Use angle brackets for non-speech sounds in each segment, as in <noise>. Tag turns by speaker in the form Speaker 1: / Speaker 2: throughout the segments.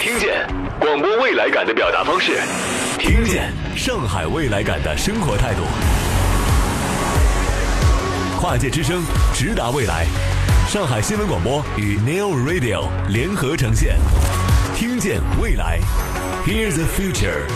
Speaker 1: 听见广播未来感的表达方式，听见上海未来感的生活态度。跨界之声，直达未来。上海新闻广播与 Neo Radio 联合呈现，听见未来，Hear the future。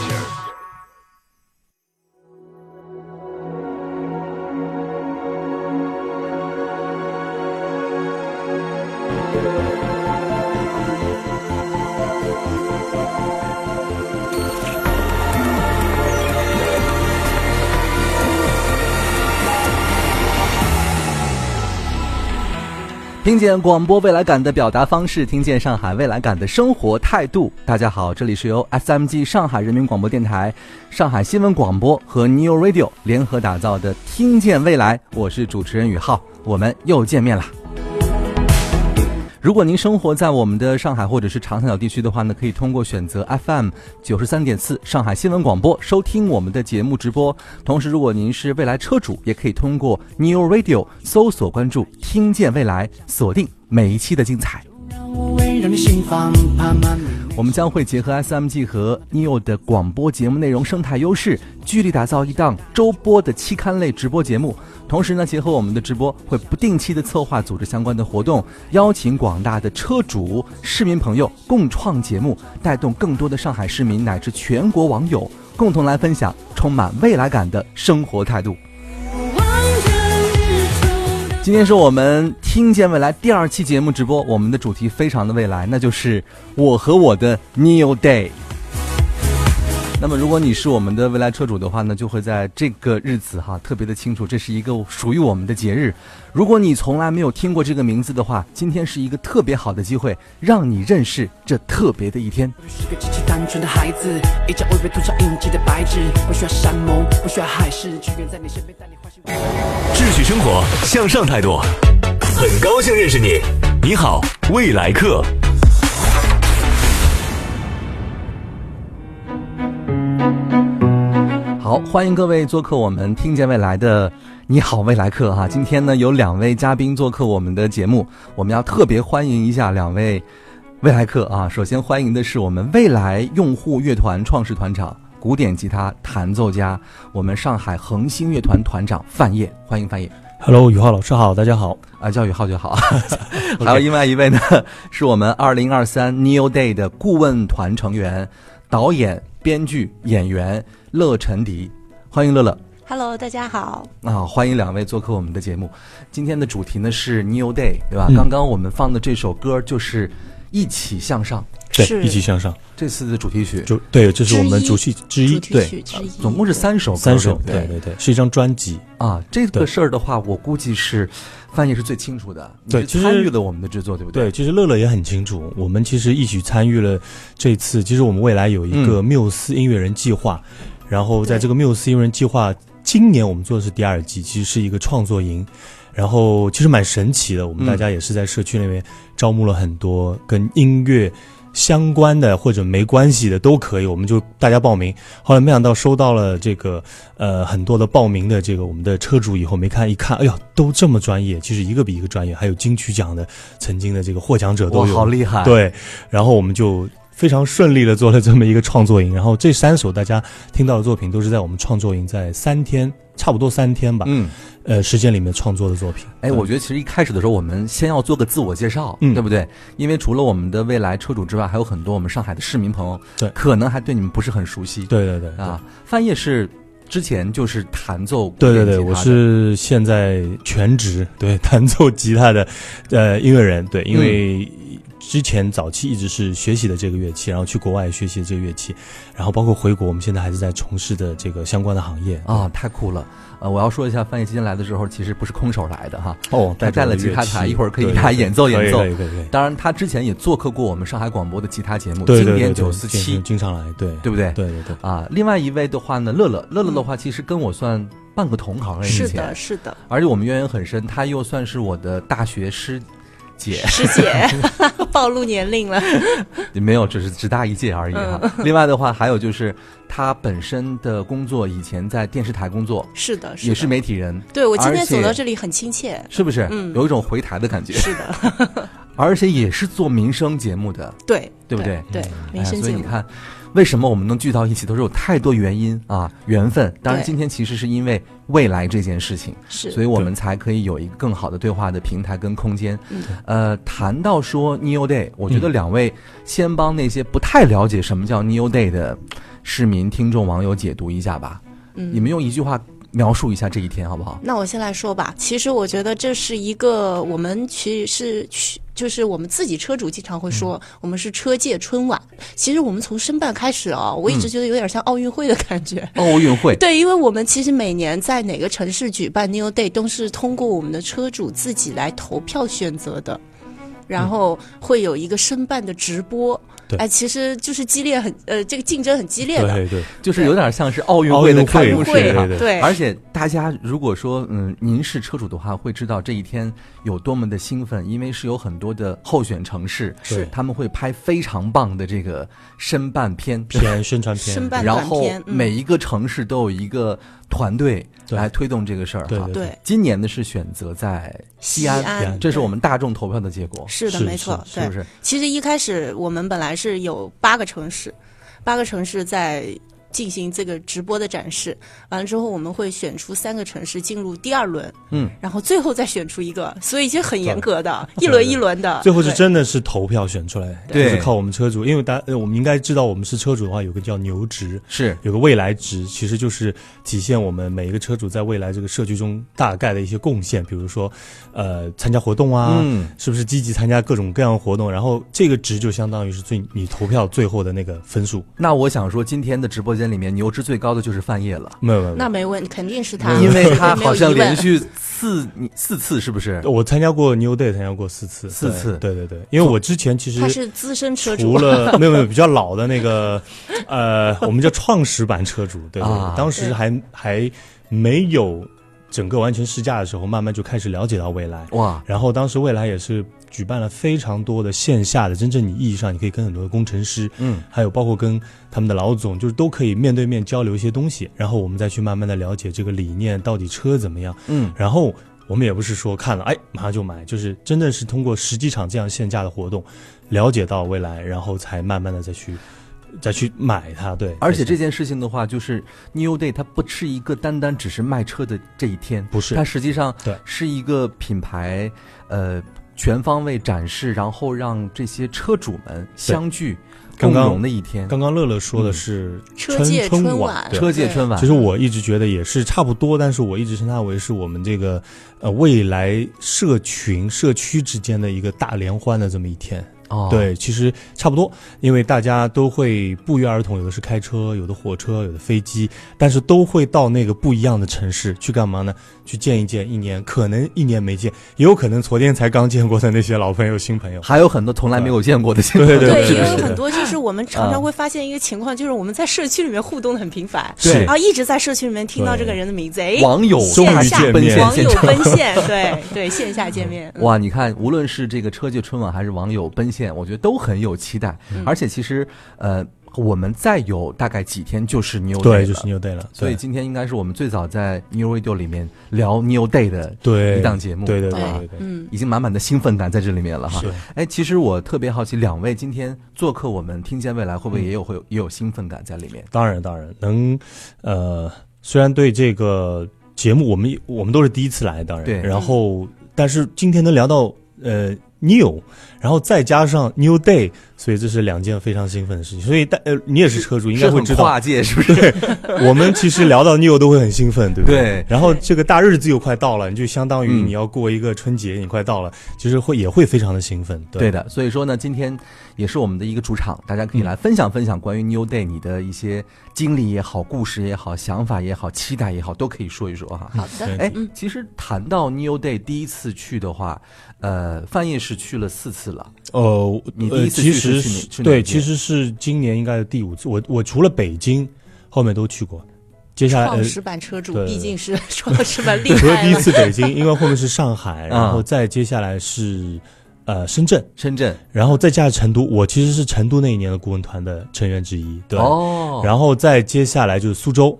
Speaker 2: 听见广播未来感的表达方式，听见上海未来感的生活态度。大家好，这里是由 SMG 上海人民广播电台、上海新闻广播和 New Radio 联合打造的《听见未来》，我是主持人宇浩，我们又见面了。如果您生活在我们的上海或者是长三角地区的话呢，可以通过选择 FM 九十三点四上海新闻广播收听我们的节目直播。同时，如果您是未来车主，也可以通过 New Radio 搜索关注“听见未来”，锁定每一期的精彩。
Speaker 3: 让我围绕你心房爬满你
Speaker 2: 我们将会结合 SMG 和 NEO 的广播节目内容生态优势，聚力打造一档周播的期刊类直播节目。同时呢，结合我们的直播，会不定期的策划组织相关的活动，邀请广大的车主、市民朋友共创节目，带动更多的上海市民乃至全国网友，共同来分享充满未来感的生活态度。今天是我们听见未来第二期节目直播，我们的主题非常的未来，那就是我和我的 New Day。那么，如果你是我们的未来车主的话呢，就会在这个日子哈特别的清楚，这是一个属于我们的节日。如果你从来没有听过这个名字的话，今天是一个特别好的机会，让你认识这特别的一天。
Speaker 3: 是个极其单纯的孩子，一张未被涂上印记的白纸，不需要山盟，不需要海誓，只愿在你身边带你花心。
Speaker 1: 秩序生活，向上态度。很高兴认识你，你好，未来客。
Speaker 2: 好，欢迎各位做客我们听见未来的你好未来客哈、今天呢有两位嘉宾做客我们的节目，我们要特别欢迎一下两位未来客啊。首先欢迎的是我们未来用户乐团创始团长、古典吉他弹奏家，我们上海恒星乐团团长范晔，欢迎范晔。
Speaker 4: Hello，宇浩老师好，大家好。
Speaker 2: 啊，叫宇浩就好。还有另外一位呢，是我们二零二三 New Day 的顾问团成员、导演、编剧、演员乐晨迪，欢迎乐乐
Speaker 5: Hello，大家好。
Speaker 2: 啊！欢迎两位做客我们的节目。今天的主题呢是 New Day，对吧？
Speaker 4: 嗯
Speaker 2: 刚刚我们放的这首歌就是《一起向上》，
Speaker 4: 对，
Speaker 5: 是
Speaker 4: 一起向上，
Speaker 2: 这次的主题曲，
Speaker 4: 就对，这是我们
Speaker 5: 之一
Speaker 4: 主题之
Speaker 5: 主
Speaker 4: 一，
Speaker 5: 题
Speaker 4: 对，
Speaker 5: 曲之一，
Speaker 2: 总共是三首歌，
Speaker 4: 三首，
Speaker 2: 对
Speaker 4: 对
Speaker 2: 不
Speaker 4: 对对，是一张专辑。
Speaker 2: 啊。这个
Speaker 4: 对
Speaker 2: 事儿的话，我估计是范爷是最清楚的，你
Speaker 4: 对
Speaker 2: 是
Speaker 4: 其实
Speaker 2: 参与了我们的制作，对不
Speaker 4: 对，？其实乐乐也很清楚，我们其实一起参与了这次，其实我们未来有一个缪斯音乐人计划，然后在这个缪斯音乐人计划，今年我们做的是第二季，其实是一个创作营。然后其实蛮神奇的，我们
Speaker 2: 嗯
Speaker 4: 大家也是在社区里面招募了很多跟音乐相关的或者没关系的都可以，我们就大家报名。后来没想到收到了这个呃很多的报名的这个我们的车主以后没看一看，哎呦都这么专业，其实一个比一个专业，还有金曲奖的曾经的这个获奖者
Speaker 2: 哇，
Speaker 4: 都有，
Speaker 2: 好厉害！
Speaker 4: 对，然后我们就非常顺利的做了这么一个创作营，然后这三首大家听到的作品都是在我们创作营在三天，差不多三天吧，
Speaker 2: 嗯。
Speaker 4: 呃时间里面创作的作品。
Speaker 2: 哎，我觉得其实一开始的时候，我们先要做个自我介绍，
Speaker 4: 嗯
Speaker 2: 对不对？因为除了我们的未来车主之外，还有很多我们上海的市民朋友，
Speaker 4: 对
Speaker 2: 可能还对你们不是很熟悉。
Speaker 4: 对对对对
Speaker 2: 啊，范晔是之前就是弹奏古
Speaker 4: 对
Speaker 2: 典
Speaker 4: 对
Speaker 2: 吉
Speaker 4: 对，
Speaker 2: 他
Speaker 4: 我
Speaker 2: 的
Speaker 4: 是现在全
Speaker 2: <laughs>
Speaker 4: 职对弹奏吉他的呃音乐人，对，因
Speaker 2: 嗯
Speaker 4: 为之前早期一直是学习的这个乐器，然后去国外学习的这个乐器，然后包括回国，我们现在还是在从事的这个相关的行业
Speaker 2: 啊，太酷了。呃，我要说一下，范晔今天来的时候其实不是空手来的哈，
Speaker 4: 哦
Speaker 2: 带带了吉他台，一会儿可以给大家演奏演奏
Speaker 4: 可以。可以可以。
Speaker 2: 当然，他之前也做客过我们上海广播的其他节目，
Speaker 4: 对对对
Speaker 2: 经典
Speaker 4: 对
Speaker 2: 九四七
Speaker 4: 经，经常来，对
Speaker 2: 对不对？
Speaker 4: 对对对，
Speaker 2: 啊，另外一位的话呢，乐乐，乐乐的话其实跟我算半个同行了，以
Speaker 5: 嗯是
Speaker 2: 前
Speaker 5: 的，是的，
Speaker 2: 而且我们渊源很深，她又算是我的大学师姐，
Speaker 5: 师姐 <laughs> 暴露年龄了。
Speaker 2: 没有，只是只大一届而已哈。
Speaker 5: 嗯
Speaker 2: 另外的话，还有就是她本身的工作，以前在电视台工作，
Speaker 5: 是的，是的
Speaker 2: 也是媒体人，
Speaker 5: 对我今天走
Speaker 2: 而且
Speaker 5: 到这里很亲切。
Speaker 2: 是不是？
Speaker 5: 嗯
Speaker 2: 有一种回台的感觉。
Speaker 5: 是的， <laughs>
Speaker 2: 而且也是做民生节目的，
Speaker 5: 对
Speaker 2: 对不对
Speaker 5: 对，
Speaker 2: 哎
Speaker 5: 民
Speaker 2: 呀
Speaker 5: 生
Speaker 2: 所以
Speaker 5: 节
Speaker 2: 你
Speaker 5: 目，
Speaker 2: 看，为什么我们能聚到一起，都是有太多原因啊，缘分。当然，
Speaker 5: 对
Speaker 2: 今天其实是因为未来这件事情，
Speaker 5: 是
Speaker 2: 所以我们才可以有一个更好的对话的平台跟空间。
Speaker 5: 嗯
Speaker 2: 呃，谈到说 New Day，我觉得两位先帮那些不太了解什么叫 New Day 的市民、听众、网友解读一下吧。
Speaker 5: 嗯
Speaker 2: 你们用一句话描述一下这一天，好不好？
Speaker 5: 那我先来说吧。其实我觉得这是一个我们其实是就是我们自己车主经常会说，
Speaker 2: 嗯
Speaker 5: 我们是车界春晚。其实我们从申办开始啊，我
Speaker 2: 嗯
Speaker 5: 一直觉得有点像奥运会的感觉。
Speaker 2: 奥运会，
Speaker 5: 对，因为我们其实每年在哪个城市举办 New Day，都是通过我们的车主自己来投票选择的，然后会有一个申办的直播。
Speaker 4: 对
Speaker 5: 哎，其实就是激烈很，呃，这个竞争很激烈的。
Speaker 4: 对对，
Speaker 2: 就是有点像是奥运会的
Speaker 4: 奥
Speaker 2: 开
Speaker 4: 运
Speaker 2: 幕
Speaker 4: 会
Speaker 2: 式
Speaker 4: 对
Speaker 2: 哈
Speaker 4: 对对
Speaker 5: 对
Speaker 2: 而且大家如果说嗯您是车主的话，会知道这一天有多么的兴奋，因为是有很多的候选城市，
Speaker 4: 是
Speaker 2: 他们会拍非常棒的这个申办片。
Speaker 4: 片宣传片，
Speaker 5: 申办
Speaker 2: 然
Speaker 5: 短
Speaker 2: 后
Speaker 5: 片，嗯
Speaker 2: 每一个城市都有一个团队
Speaker 4: 对
Speaker 2: 来推动这个事儿
Speaker 4: 对
Speaker 2: 哈
Speaker 4: 对。
Speaker 5: 对
Speaker 2: 今年的是选择在西安，
Speaker 4: 西安
Speaker 2: 这是我们大众投票的结果，
Speaker 5: 是的，
Speaker 4: 是
Speaker 5: 没错，
Speaker 2: 是
Speaker 5: 对。
Speaker 2: 不是？
Speaker 5: 其实一开始我们本来是有八个城市，八个城市在进行这个直播的展示，完了之后我们会选出三个城市进入第二轮，
Speaker 2: 嗯，
Speaker 5: 然后最后再选出一个，所以其实很严格的，一轮一轮的，
Speaker 4: 最后是
Speaker 5: 对
Speaker 4: 真的是投票选出来，就
Speaker 2: 对
Speaker 4: 是靠我们车主，因为大呃我们应该知道，我们是车主的话，有个叫牛值，
Speaker 2: 是
Speaker 4: 有个未来值，其实就是体现我们每一个车主在未来这个社区中大概的一些贡献，比如说，呃，参加活动啊，
Speaker 2: 嗯
Speaker 4: 是不是积极参加各种各样的活动，然后这个值就相当于是最你投票最后的那个分数，
Speaker 2: 那我想说，今天的直播间里面牛脂最高的就是范晔了。
Speaker 4: 没有没有，没
Speaker 5: 那
Speaker 4: 有
Speaker 5: 没问，肯定是他，
Speaker 2: 因为他好像
Speaker 5: 没有疑
Speaker 2: 连
Speaker 5: 问
Speaker 2: 续四四次，是不是？
Speaker 4: 我参加过 New Day，参加过四次，
Speaker 2: 四
Speaker 4: 对
Speaker 2: 次
Speaker 4: 对对对，因为我之前其实
Speaker 5: 他是资深车
Speaker 4: 除
Speaker 5: 主，
Speaker 4: 了没有没有比较老的那个，呃，我们叫创始版车主，对对对，
Speaker 2: 啊
Speaker 4: 当时还还没有整个完全试驾的时候，慢慢就开始了解到未来。
Speaker 2: 哇，
Speaker 4: 然后当时未来也是举办了非常多的线下的，真正你意义上你可以跟很多的工程师，
Speaker 2: 嗯，
Speaker 4: 还有包括跟他们的老总，就是都可以面对面交流一些东西，然后我们再去慢慢的了解这个理念到底车怎么样，
Speaker 2: 嗯，
Speaker 4: 然后我们也不是说看了哎马上就买，就是真的是通过十几场这样线下的活动，了解到未来，然后才慢慢的再去再去买它，对，
Speaker 2: 而且这
Speaker 4: 对
Speaker 2: 件事情的话，就是 New Day 它不是一个单单只是卖车的这一天，
Speaker 4: 不是
Speaker 2: 它实际上
Speaker 4: 对
Speaker 2: 是一个品牌，呃，全方位展示，然后让这些车主们相聚共
Speaker 4: 刚刚
Speaker 2: 荣的一天，
Speaker 4: 刚刚乐乐说的是
Speaker 5: 嗯车界
Speaker 4: 春
Speaker 5: 春
Speaker 4: 晚
Speaker 5: 晚，
Speaker 4: 对
Speaker 2: 车界春晚
Speaker 4: 其实我一直觉得也是差不多，但是我一直称它为是我们这个呃未来社群社区之间的一个大联欢的这么一天。
Speaker 2: 哦，，
Speaker 4: 对，其实差不多，因为大家都会不约而同，有的是开车，有的火车，有的飞机，但是都会到那个不一样的城市去干嘛呢？去见一见一年可能一年没见，也有可能昨天才刚见过的那些老朋友、新朋友。
Speaker 2: 还有很多从来没有见过的新朋友，
Speaker 4: 对对
Speaker 5: 对，
Speaker 4: 是
Speaker 5: 因
Speaker 4: 的
Speaker 5: 为
Speaker 4: 是的
Speaker 5: 很多就是我们常
Speaker 2: 啊
Speaker 5: 常会发现一个情况，就是我们在社区里面互动的很频繁，
Speaker 2: 对
Speaker 5: 然后一直在社区里面听到
Speaker 4: 对
Speaker 5: 这个人的名字，哎，
Speaker 2: 网友
Speaker 5: 线
Speaker 4: 终于
Speaker 5: 下
Speaker 4: 见面
Speaker 5: 网
Speaker 2: 现
Speaker 5: 友
Speaker 2: 场
Speaker 5: 奔现，
Speaker 4: <laughs>
Speaker 5: 对对，线下见面，嗯
Speaker 2: 哇，你看，无论是这个车界春晚还是网友奔现，我觉得都很有期待。
Speaker 5: 嗯
Speaker 2: 而且其实，呃，我们再有大概几天就是 New Day
Speaker 4: 对，就是
Speaker 2: 了
Speaker 4: New Day 了。
Speaker 2: 所以
Speaker 4: 对
Speaker 2: 今天应该是我们最早在 New Radio 里面聊 New Day 的
Speaker 4: 对
Speaker 2: 一档节目，
Speaker 4: 对对对
Speaker 2: 啊
Speaker 4: 对对，对
Speaker 5: 嗯
Speaker 2: 已经满满的兴奋感在这里面了哈
Speaker 4: 是。
Speaker 2: 哎，其实我特别好奇，两位今天做客，我们听见未来会不会也
Speaker 4: 嗯
Speaker 2: 有会有也有兴奋感在里面？
Speaker 4: 当然当然能，呃，虽然对这个节目我们也我们都是第一次来，当然，
Speaker 2: 对
Speaker 4: 然后但是今天能聊到呃 new，然后再加上 new day，所以这是两件非常兴奋的事情。所以大呃你也是车主，应该
Speaker 2: 是
Speaker 4: 会
Speaker 2: 很
Speaker 4: 知
Speaker 2: <laughs>
Speaker 4: 道，
Speaker 2: 跨界是不是？
Speaker 4: 我们其实聊到 new 都会很兴奋，对不
Speaker 2: 对
Speaker 4: 然后这个大日子又快到了，你就相当于
Speaker 2: 嗯
Speaker 4: 你要过一个春节，你快到了，其实会也会非常的兴奋，对
Speaker 2: 对的，所以说呢，今天也是我们的一个主场，大家可以来分享分享关于 New Day 你的一些经历也好、故事也好、想法也好、期待也好，都可以说一说哈。
Speaker 5: 好的，嗯
Speaker 2: 哎，其实谈到 New Day 第一次去的话，呃，范晔是去了四次了，
Speaker 4: 哦，
Speaker 2: 你
Speaker 4: 呃
Speaker 2: 第一次去
Speaker 4: 其
Speaker 2: 是
Speaker 4: 实
Speaker 2: 去哪
Speaker 4: 是
Speaker 2: 去哪
Speaker 4: 对，
Speaker 2: 一届
Speaker 4: 其实是今年应该是第五次。我我除了北京，后面都去过。接下来呃
Speaker 5: 创，始版车主
Speaker 4: 对
Speaker 5: 毕竟是创始版
Speaker 4: <laughs>
Speaker 5: 厉
Speaker 4: 除了
Speaker 5: 害
Speaker 4: 第一
Speaker 5: 了，
Speaker 4: 次北京，因为后面是上海，
Speaker 2: <laughs> 啊
Speaker 4: 然后再接下来是呃深圳，
Speaker 2: 深圳
Speaker 4: 然后再加上成都。我其实是成都那一年的顾问团的成员之一，对。
Speaker 2: 哦，
Speaker 4: 然后再接下来就是苏州，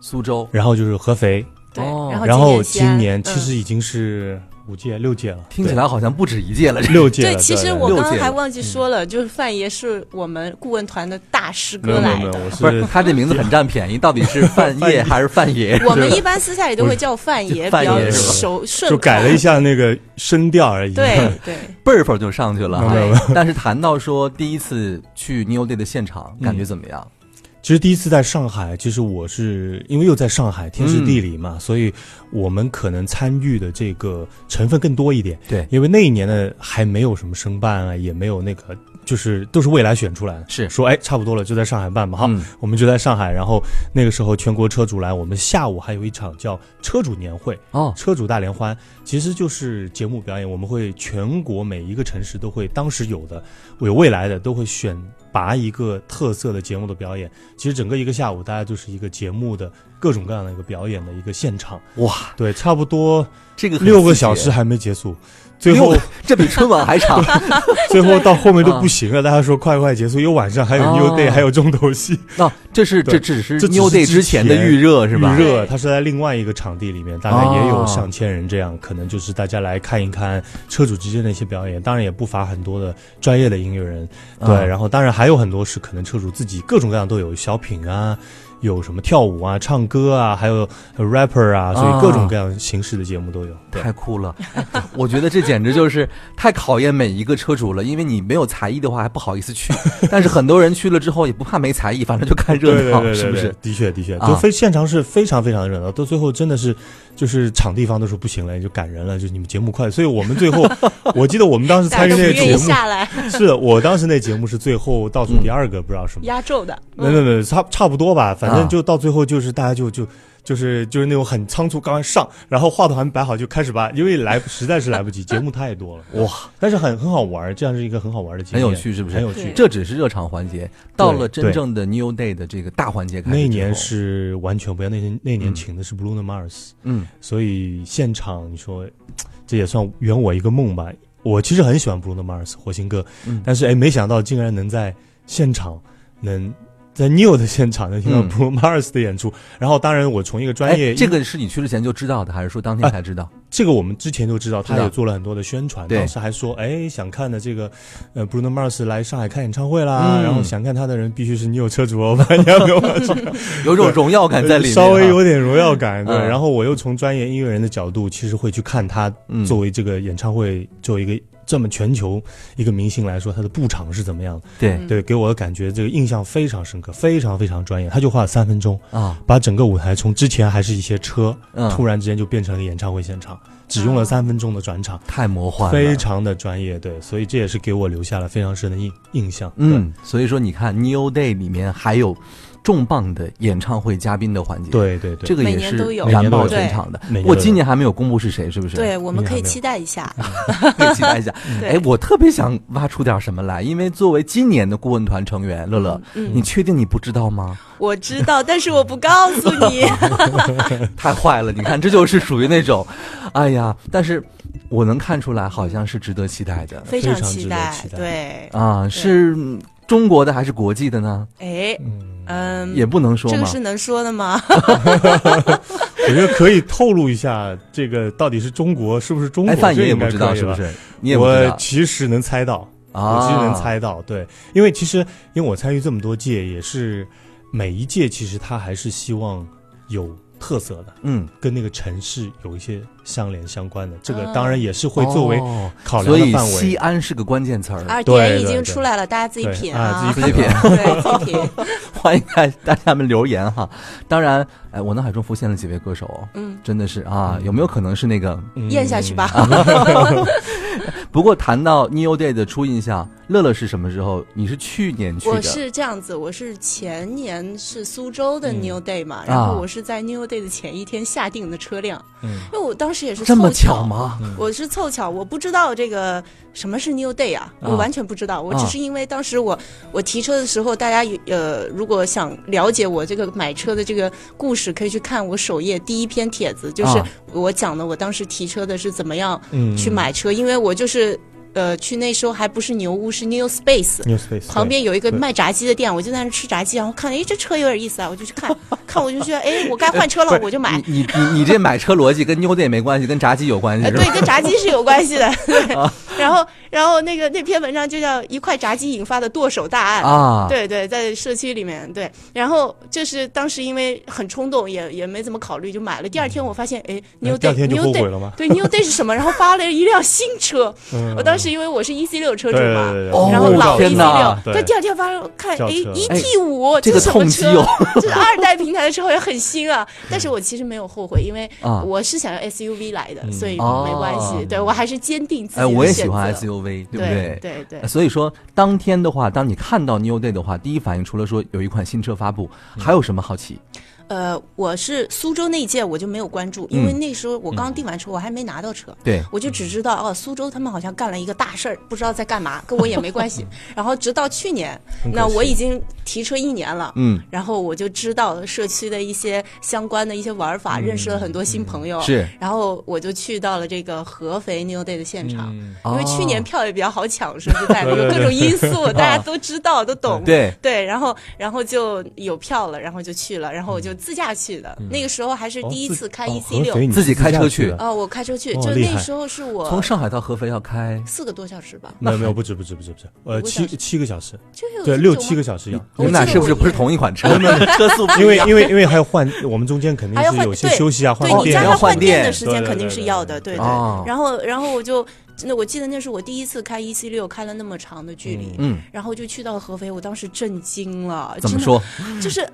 Speaker 2: 苏州
Speaker 4: 然后就是合肥，
Speaker 5: 对
Speaker 2: 哦，
Speaker 5: 然后
Speaker 4: 然后
Speaker 5: 今
Speaker 4: 今
Speaker 5: 年嗯
Speaker 4: 年其实已经是五届、六届了，
Speaker 2: 听起来好像不止一届了。这
Speaker 4: 六届了。
Speaker 5: 对，其实
Speaker 4: 对
Speaker 5: 我
Speaker 2: 六
Speaker 5: 刚刚
Speaker 2: 届
Speaker 5: 还
Speaker 2: 了
Speaker 5: 忘记说了，就是范爷是我们顾问团的大师
Speaker 4: 没
Speaker 5: 哥
Speaker 4: 有没有
Speaker 5: 来
Speaker 4: 没有，
Speaker 5: 的。
Speaker 4: 我
Speaker 2: 不是
Speaker 4: 是
Speaker 2: 他这名字很占便宜，到底
Speaker 4: <laughs>
Speaker 2: 是范业还是范爷？
Speaker 5: <laughs> 我们一般私下里都会叫范爷，
Speaker 2: 范
Speaker 5: 比较
Speaker 2: 爷
Speaker 4: 是吧
Speaker 5: 熟顺口。
Speaker 4: 就改了一下那个声调而已。 <laughs>
Speaker 5: 对对，
Speaker 2: 辈儿份就上去了哈哎
Speaker 4: 没有没。
Speaker 2: 但是谈到说第一次去 New Day 的现场，
Speaker 4: 嗯
Speaker 2: 感觉怎么样？
Speaker 4: 其实第一次在上海，其实我是因为又在上海，天时地利嘛，
Speaker 2: 嗯
Speaker 4: 所以我们可能参与的这个成分更多一点。
Speaker 2: 对
Speaker 4: 因为那一年呢还没有什么申办啊，也没有那个，就是都是未来选出来的，
Speaker 2: 是
Speaker 4: 说哎差不多了，就在上海办吧。哈，
Speaker 2: 嗯
Speaker 4: 我们就在上海，然后那个时候全国车主来，我们下午还有一场叫车主年会，
Speaker 2: 哦，
Speaker 4: 车主大联欢其实就是节目表演，我们会全国每一个城市都会，当时有的有未来的都会选拔一个特色的节目的表演。其实整个一个下午，大家就是一个节目的各种各样的一个表演的一个现场。
Speaker 2: 哇，
Speaker 4: 对，差不多
Speaker 2: 这个很
Speaker 4: 六个
Speaker 2: 细节
Speaker 4: 小时，还没结束，最
Speaker 2: 六
Speaker 4: 后
Speaker 2: 个啊这比春晚还
Speaker 4: <laughs>
Speaker 2: 长。
Speaker 4: 最后到后面都不行了，大家说快快结束，因为晚上还有
Speaker 2: 哦
Speaker 4: New Day，还有重头戏。
Speaker 2: 那哦这是
Speaker 4: 对
Speaker 2: 这只是
Speaker 4: 这只是
Speaker 2: New Day 之前的预热是吧
Speaker 4: 预？热，它是在另外一个场地里面，大概也有
Speaker 2: 哦
Speaker 4: 上千人这样，可能就是大家来看一看车主之间的一些表演，当然也不乏很多的专业的音乐人，对，
Speaker 2: 嗯
Speaker 4: 然后当然还有很多是可能车主自己各种各样都有小品啊。有什么跳舞啊、唱歌啊，还有 rapper 啊，所
Speaker 2: 啊
Speaker 4: 以各种各样形式的节目都有。对，
Speaker 2: 太酷了！ <laughs> 我觉得这简直就是太考验每一个车主了，因为你没有才艺的话还不好意思
Speaker 4: <laughs>
Speaker 2: 去，但是很多人去了之后也不怕没才艺，反正就看热
Speaker 4: 对对
Speaker 2: 闹，
Speaker 4: 对对啊
Speaker 2: 是不
Speaker 4: 对
Speaker 2: 是？
Speaker 4: 的确的确，
Speaker 2: 啊
Speaker 4: 就非现场是非常非常的热闹，到最后真的是就是场地方都说不行了，就赶人了，就你们节目快，所以我们最后我记得我们当
Speaker 5: <laughs>
Speaker 4: 时 <laughs>
Speaker 5: 大
Speaker 4: 参与
Speaker 5: 家都
Speaker 4: 那
Speaker 5: 不
Speaker 4: 个
Speaker 5: 愿
Speaker 4: 节
Speaker 5: 意
Speaker 4: 目，
Speaker 5: 下来
Speaker 2: <laughs>
Speaker 4: 是我当时那节目是最后倒数第二个，不知道什么。
Speaker 5: 压轴的。
Speaker 4: 没没没，差差不多吧，反
Speaker 2: 啊
Speaker 4: 正就到最后就是大家就就就是就是那种很仓促，刚刚上，然后话筒还没摆好就开始吧，因为来实在是来不及，节目太多了哇！但是很很好玩，这样是一个很好玩的经
Speaker 2: 很
Speaker 4: 验，
Speaker 2: 有趣，是不是？
Speaker 4: 很有趣。
Speaker 2: 这只是热场环节，到了真
Speaker 4: 对
Speaker 2: 正的 New Day 的这个大环节开始之
Speaker 4: 那
Speaker 2: 后，
Speaker 4: 年是完全不一样，那年那年请的是 Bruno Mars，
Speaker 2: 嗯
Speaker 4: 所以现场你说这也算圆我一个梦吧。我其实很喜欢 Bruno Mars 火星哥，
Speaker 2: 嗯
Speaker 4: 但是哎，没想到竟然能在现场能。在 New 的现场能听到
Speaker 2: 嗯
Speaker 4: Bruno Mars 的演出，然后当然我从一个啊
Speaker 2: 哎
Speaker 4: 专业，
Speaker 2: 这个是你去之前就知道的，还是说当天才知道？
Speaker 4: 这个我们之前就知道，他
Speaker 2: 知道
Speaker 4: 也做了很多的宣传，
Speaker 2: 对
Speaker 4: 当时还说，哎，想看的这个，呃，Bruno Mars 来上海开演唱会啦，
Speaker 2: 嗯
Speaker 4: 然后想看他的人必须是 New 车主哦，不然你要没有办法去看
Speaker 2: <laughs> 有种荣耀感在里面啊，
Speaker 4: 呃 <laughs> 稍微有点荣耀感。对，
Speaker 2: 嗯
Speaker 4: 然后我又从专业音乐人的角度，其实会去看他
Speaker 2: 嗯
Speaker 4: 作为这个演唱会，作为一个这么全球一个明星来说，他的布场是怎么样的？
Speaker 2: 对
Speaker 4: 对，给我的感觉，这个印象非常深刻，非常非常专业。他就花了三分钟，
Speaker 2: 啊，
Speaker 4: 把整个舞台从之前还是一些车，
Speaker 2: 嗯
Speaker 4: 突然之间就变成了演唱会现场，啊只用了三分钟的转场。
Speaker 2: 太魔幻了，
Speaker 4: 非常的专业，对，所以这也是给我留下了非常深的印印象。对，
Speaker 2: 嗯，所以说你看 New Day 里面还有重磅的演唱会嘉宾的环节，，
Speaker 4: 对对对，
Speaker 2: 这个
Speaker 5: 每
Speaker 2: 也
Speaker 5: 年
Speaker 2: 是
Speaker 5: 都有
Speaker 2: 燃爆
Speaker 4: 每年都有
Speaker 2: 全场的
Speaker 4: 对每。年
Speaker 2: 不过
Speaker 4: 都有
Speaker 2: 今年还没有公布是谁，是不是？<laughs>
Speaker 5: 对，，我们可
Speaker 4: 你还没
Speaker 5: 以
Speaker 4: 有
Speaker 5: 期待一下。 <laughs>
Speaker 2: 可以期待一下。
Speaker 5: 对
Speaker 2: 哎，我特别想挖出点什么来，因为作为今年的顾问团成员，乐乐，
Speaker 5: 嗯
Speaker 2: 你确定你不知道吗？
Speaker 5: 我知道，但是我不告诉
Speaker 4: <laughs>
Speaker 5: 你。
Speaker 2: 太坏了！你看，这就是属于那种， <laughs> 哎呀，但是我能看出来，好像是值得期待的
Speaker 5: 非
Speaker 4: 常
Speaker 5: 常
Speaker 4: 值得
Speaker 5: 期待
Speaker 4: 期，待
Speaker 5: 对，
Speaker 2: 啊，是嗯中国的还是国际的呢？
Speaker 5: 哎，嗯，
Speaker 2: 也不能说
Speaker 5: 这个
Speaker 2: 嘛。
Speaker 5: 是能说的吗？
Speaker 4: 我觉得可以透露一下，这个到底是中国是不是中国？
Speaker 2: 哎，范
Speaker 4: 这
Speaker 2: 爷也
Speaker 4: 应该
Speaker 2: 不知道
Speaker 4: 可以
Speaker 2: 是不
Speaker 4: 吧？
Speaker 2: 是？你也不知
Speaker 4: 我
Speaker 2: 道
Speaker 4: 其实能猜到，
Speaker 2: 啊？
Speaker 4: 我其实能猜到，对，因为其实因为我参与这么多届，也是每一届其实他还是希望有特色的，
Speaker 2: 嗯，
Speaker 4: 跟那个城市有一些相连相关的，这个
Speaker 5: 啊
Speaker 4: 当然也是会作为
Speaker 2: 哦
Speaker 4: 考量
Speaker 2: 所
Speaker 4: 的
Speaker 2: 以
Speaker 4: 范
Speaker 2: 西
Speaker 4: 围。
Speaker 2: 安是个关键词儿，
Speaker 5: 二点
Speaker 4: 对
Speaker 5: 已经
Speaker 4: 对
Speaker 5: 出来了，大家自己
Speaker 4: 对
Speaker 5: 品
Speaker 4: 啊自
Speaker 2: 自
Speaker 4: 己
Speaker 2: 己品，
Speaker 5: <laughs> 对，
Speaker 4: <laughs>
Speaker 5: 自己品。
Speaker 2: 欢迎大大家们留言哈。当然，哎，我脑海中浮现了几位歌手，
Speaker 5: 嗯，
Speaker 2: 真的是啊，有没有可能是那个？
Speaker 4: 嗯
Speaker 5: 咽下去吧。
Speaker 4: 啊
Speaker 2: 不过谈到 New Day 的初印象，乐乐是什么时候？你是去年去
Speaker 5: 我
Speaker 2: 的，
Speaker 5: 是这样子，我是前年是苏州的
Speaker 4: 嗯
Speaker 5: New Day 嘛，
Speaker 2: 啊
Speaker 5: 然后我是在 New Day 的前一天下定的车辆，
Speaker 4: 嗯
Speaker 5: 因为我当时也是
Speaker 2: 这么
Speaker 5: 凑巧
Speaker 2: 巧？吗？
Speaker 5: 我是凑巧，我不知道这个什么是 New Day 啊，
Speaker 2: 啊
Speaker 5: 我完全不知道。我
Speaker 2: 啊
Speaker 5: 只是因为当时我我提车的时候，大家有呃，如果想了解我这个买车的这个故事，可以去看我首页第一篇帖子，就是
Speaker 2: 啊
Speaker 5: 我讲的我当时提车的是怎么样
Speaker 4: 嗯
Speaker 5: 去买车，因为我就是。呃去那时候还不是牛屋，是 New Space。
Speaker 4: New Space
Speaker 5: 旁边有一个
Speaker 4: 对
Speaker 5: 卖炸鸡的店，我就在那吃炸鸡，然后看，哎，这车有点意思啊，我就去看，看我就觉得，哎，我该换车
Speaker 2: <laughs>
Speaker 5: 了，我就买。
Speaker 2: 你你你你这买车逻辑跟妞的也没关系，跟炸鸡有关系
Speaker 5: 呃，
Speaker 2: 是
Speaker 5: 对，
Speaker 2: 吧？啊
Speaker 5: 跟炸鸡是有关
Speaker 2: <laughs>
Speaker 5: 系的。对，然后，然后那个那篇文章就叫《一块炸鸡引发的剁手大案》
Speaker 2: 啊
Speaker 5: 对对，在社区里面，对。然后就是当时因为很冲动，也也没怎么考虑就买了。第二天我发现，哎，New
Speaker 4: 第
Speaker 5: Day
Speaker 4: 二天就
Speaker 5: New
Speaker 4: 后
Speaker 5: Day
Speaker 4: 悔了吗嗯
Speaker 5: 对 New Day 是什么？然后发了一辆新
Speaker 4: <laughs>
Speaker 5: 车，我当时因为我是 E C 六车主嘛，
Speaker 4: 对对对
Speaker 2: 对
Speaker 5: 然后
Speaker 2: 哦
Speaker 5: 老 E
Speaker 2: 天
Speaker 5: C
Speaker 2: 哪
Speaker 5: 六，
Speaker 4: 对
Speaker 5: 对，第二天发现看，
Speaker 4: 轿
Speaker 5: 哎
Speaker 4: 车
Speaker 5: ，E T 五，
Speaker 2: 这个
Speaker 5: 什么
Speaker 2: 痛击
Speaker 5: 车
Speaker 2: 哦？
Speaker 5: <laughs> 这是二代平台的车，好像很新啊。但是我其实没有后悔，因为
Speaker 2: 啊
Speaker 5: 我是想要 SUV 来
Speaker 4: 嗯
Speaker 5: 的，所以
Speaker 2: 哦
Speaker 5: 没关系。对我还是坚定自己
Speaker 2: 哎，
Speaker 5: 的
Speaker 2: 我也喜
Speaker 5: 选
Speaker 2: 欢
Speaker 5: 择
Speaker 2: SUV，对不呃
Speaker 5: 对对对
Speaker 2: 所以说，当天的话，当你看到 New Day 的话，第一反应除了说有一款新车发布，
Speaker 4: 嗯
Speaker 2: 还有什么好奇？
Speaker 5: 呃，我是苏州那一届我就没有关注，因为
Speaker 2: 嗯
Speaker 5: 那时候我刚订完车，我还没拿到车。
Speaker 2: 对
Speaker 5: 我就只知道哦，苏州他们好像干了一个大事儿，不知道在干嘛，跟我也没
Speaker 2: <laughs>
Speaker 5: 关系。然后直到去年，那我已经提车一年了，
Speaker 2: 嗯，
Speaker 5: 然后我就知道社区的一些相关的一些玩
Speaker 4: 嗯
Speaker 5: 法，认识了很多新朋友。
Speaker 2: 是
Speaker 5: 然后我就去到了这个合肥 New Day 的现场，
Speaker 4: 嗯
Speaker 5: 因为
Speaker 2: 哦
Speaker 5: 去年票也比较好抢，说实
Speaker 4: <laughs>
Speaker 5: 在的，有各种因素，
Speaker 4: 啊
Speaker 5: 大家都知道都懂。
Speaker 2: 对
Speaker 5: 对，然后然后就有票了，然后就去了，然后我就自驾去的。
Speaker 4: 嗯
Speaker 5: 那个时候还是第
Speaker 4: 哦
Speaker 5: 一次开 EC 六、
Speaker 2: 自己开车去
Speaker 4: 啊，
Speaker 5: 哦，我开车去，
Speaker 4: 哦
Speaker 5: 就
Speaker 4: 厉害
Speaker 5: 那时候是
Speaker 2: 从
Speaker 5: 我
Speaker 2: 上海到合肥要开，
Speaker 5: 四个多小时吧，
Speaker 4: 没有没有，不止不止不止不止，呃，
Speaker 5: 五个
Speaker 4: 七
Speaker 5: 小时
Speaker 4: 七个小时，
Speaker 5: 就有
Speaker 4: 对，
Speaker 5: 这
Speaker 4: 六
Speaker 5: 种
Speaker 4: 七个小时要。
Speaker 2: 你们俩是不是不是同一款车？车速
Speaker 5: <laughs>
Speaker 4: 因为因为因为还要换，我们中间肯定
Speaker 5: 还要
Speaker 4: 是
Speaker 5: 换
Speaker 4: 有些
Speaker 5: 对
Speaker 4: 休息啊，换
Speaker 5: 对你
Speaker 4: 电
Speaker 5: 加
Speaker 2: 要
Speaker 5: 上
Speaker 4: 啊，
Speaker 2: 换
Speaker 5: 换电
Speaker 2: 电
Speaker 5: 的时间
Speaker 4: 对
Speaker 5: 肯定
Speaker 4: 对
Speaker 5: 是
Speaker 4: 对
Speaker 5: 要
Speaker 4: 对
Speaker 5: 的，对
Speaker 2: 对哦
Speaker 5: 对。然后，然后我就，那我记得那是我第一次开 E C 六，开了那么长的距离，
Speaker 2: 嗯，
Speaker 5: 然后就去到合肥，我当时震惊了，
Speaker 2: 怎么
Speaker 5: 真的
Speaker 2: 说？
Speaker 5: 就是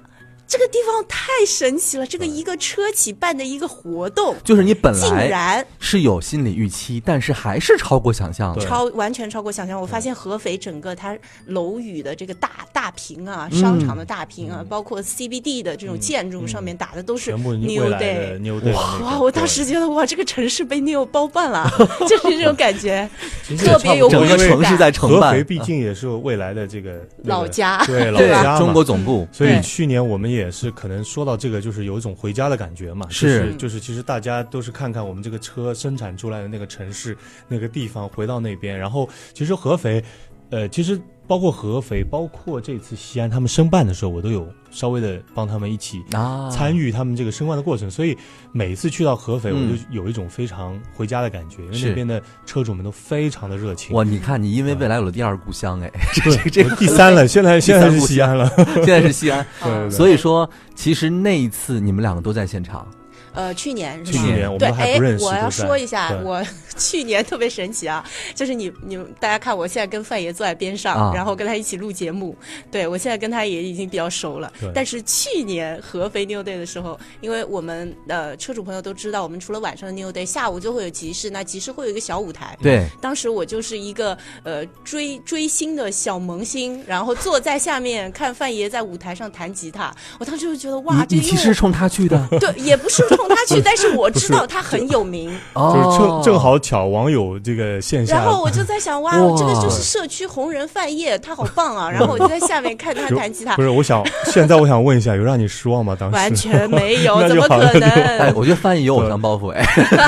Speaker 5: 这个地方太神奇了，这个一个车企办的一个活动，
Speaker 2: 就是你本
Speaker 5: 竟
Speaker 2: 来
Speaker 5: 然
Speaker 2: 是有心理预期，但是还是超过想象的。
Speaker 5: 超完全超过想象。我发现合肥整个它楼宇的这个大大屏啊，
Speaker 2: 嗯
Speaker 5: 商场的大屏啊，包括 CBD 的这种建筑上面打的都是
Speaker 4: 嗯全部
Speaker 5: New
Speaker 4: 未来的
Speaker 5: Day。
Speaker 4: New Day 的那个。
Speaker 5: 哇！我当时觉得哇，这个城市被 New 包办了，啊就是这种感觉，
Speaker 4: 也
Speaker 5: 特别有
Speaker 2: 整
Speaker 5: 归
Speaker 2: 个
Speaker 5: 属
Speaker 2: 城市
Speaker 5: 感
Speaker 2: 在承
Speaker 4: 合
Speaker 2: 办
Speaker 4: 肥，毕竟也是未来的这个那个
Speaker 5: 老家 <laughs>
Speaker 4: 对老
Speaker 2: 对
Speaker 4: 家嘛
Speaker 2: 中国总部，
Speaker 4: 所以
Speaker 5: 对
Speaker 4: 去年我们也是可能说到这个，就是有一种回家的感觉嘛，就是
Speaker 5: 嗯
Speaker 4: 是就是其实大家都是看看我们这个车生产出来的那个城市那个地方，回到那边，然后其实合肥，呃，其实包括合肥，包括这次西安他们申办的时候，我都有稍微的帮他们一起
Speaker 2: 啊
Speaker 4: 嗯参与他们这个申办的过程，所以每一次去到合肥，我
Speaker 2: 嗯
Speaker 4: 就有一种非常回家的感觉，因为
Speaker 2: 是
Speaker 4: 那边的车主们都非常的热情。
Speaker 2: 哇，你看你因
Speaker 4: 嗯
Speaker 2: 为未来有了第二故乡，哎，
Speaker 4: 对，
Speaker 2: 这
Speaker 4: 我第三了，现在现在是西安了，
Speaker 2: <laughs> 现在是西
Speaker 4: <laughs>
Speaker 2: 安，
Speaker 5: 嗯
Speaker 2: 所以说其实那一次你们两个都在现场，
Speaker 5: 呃，去年是
Speaker 4: 去
Speaker 5: 吗？
Speaker 4: 年我
Speaker 5: 对，
Speaker 4: 们还
Speaker 5: 哎
Speaker 4: 不认，识
Speaker 5: 我要
Speaker 4: 都在
Speaker 5: 说一下
Speaker 4: 对，
Speaker 5: 我 <laughs> 去年特别神奇啊，就是你你们大家看，我现在跟范爷坐在边上，
Speaker 2: 啊
Speaker 5: 然后跟他一起录节目，对我现在跟他也已经比较熟了
Speaker 4: 对。
Speaker 5: 但是去年合肥 New Day 的时候，因为我们呃车主朋友都知道，我们除了晚上的 New Day，下午就会有集市，那集市会有一个小舞台，
Speaker 2: 对，
Speaker 5: 当时我就是一个呃追追星的小萌新，然后坐在下面看范爷在舞台上弹吉他，我当时就觉得哇，
Speaker 2: 你
Speaker 5: 这
Speaker 2: 你
Speaker 5: 因为
Speaker 2: 其实是冲他去
Speaker 4: <laughs>
Speaker 2: 的，
Speaker 5: <laughs> 对，也不是冲他去，但是我知道他很有名。
Speaker 4: 就是
Speaker 2: 哦
Speaker 4: 正，正好巧网友这个线下，
Speaker 5: 然后我就在想，哇，
Speaker 2: 哇
Speaker 5: 这个就是社区红人范爷，他好棒啊！然后我就在下面看他
Speaker 4: 有
Speaker 5: 弹吉他
Speaker 4: 不，是，我想
Speaker 5: <laughs>
Speaker 4: 现在我想问一下，有让你失望吗？当时
Speaker 5: 完全没有，
Speaker 4: 那
Speaker 5: 怎
Speaker 4: 就
Speaker 5: 么
Speaker 4: 好了
Speaker 5: 可
Speaker 2: 哎，
Speaker 5: 能？
Speaker 2: 我觉得翻译有偶像包袱，哎，
Speaker 4: <laughs>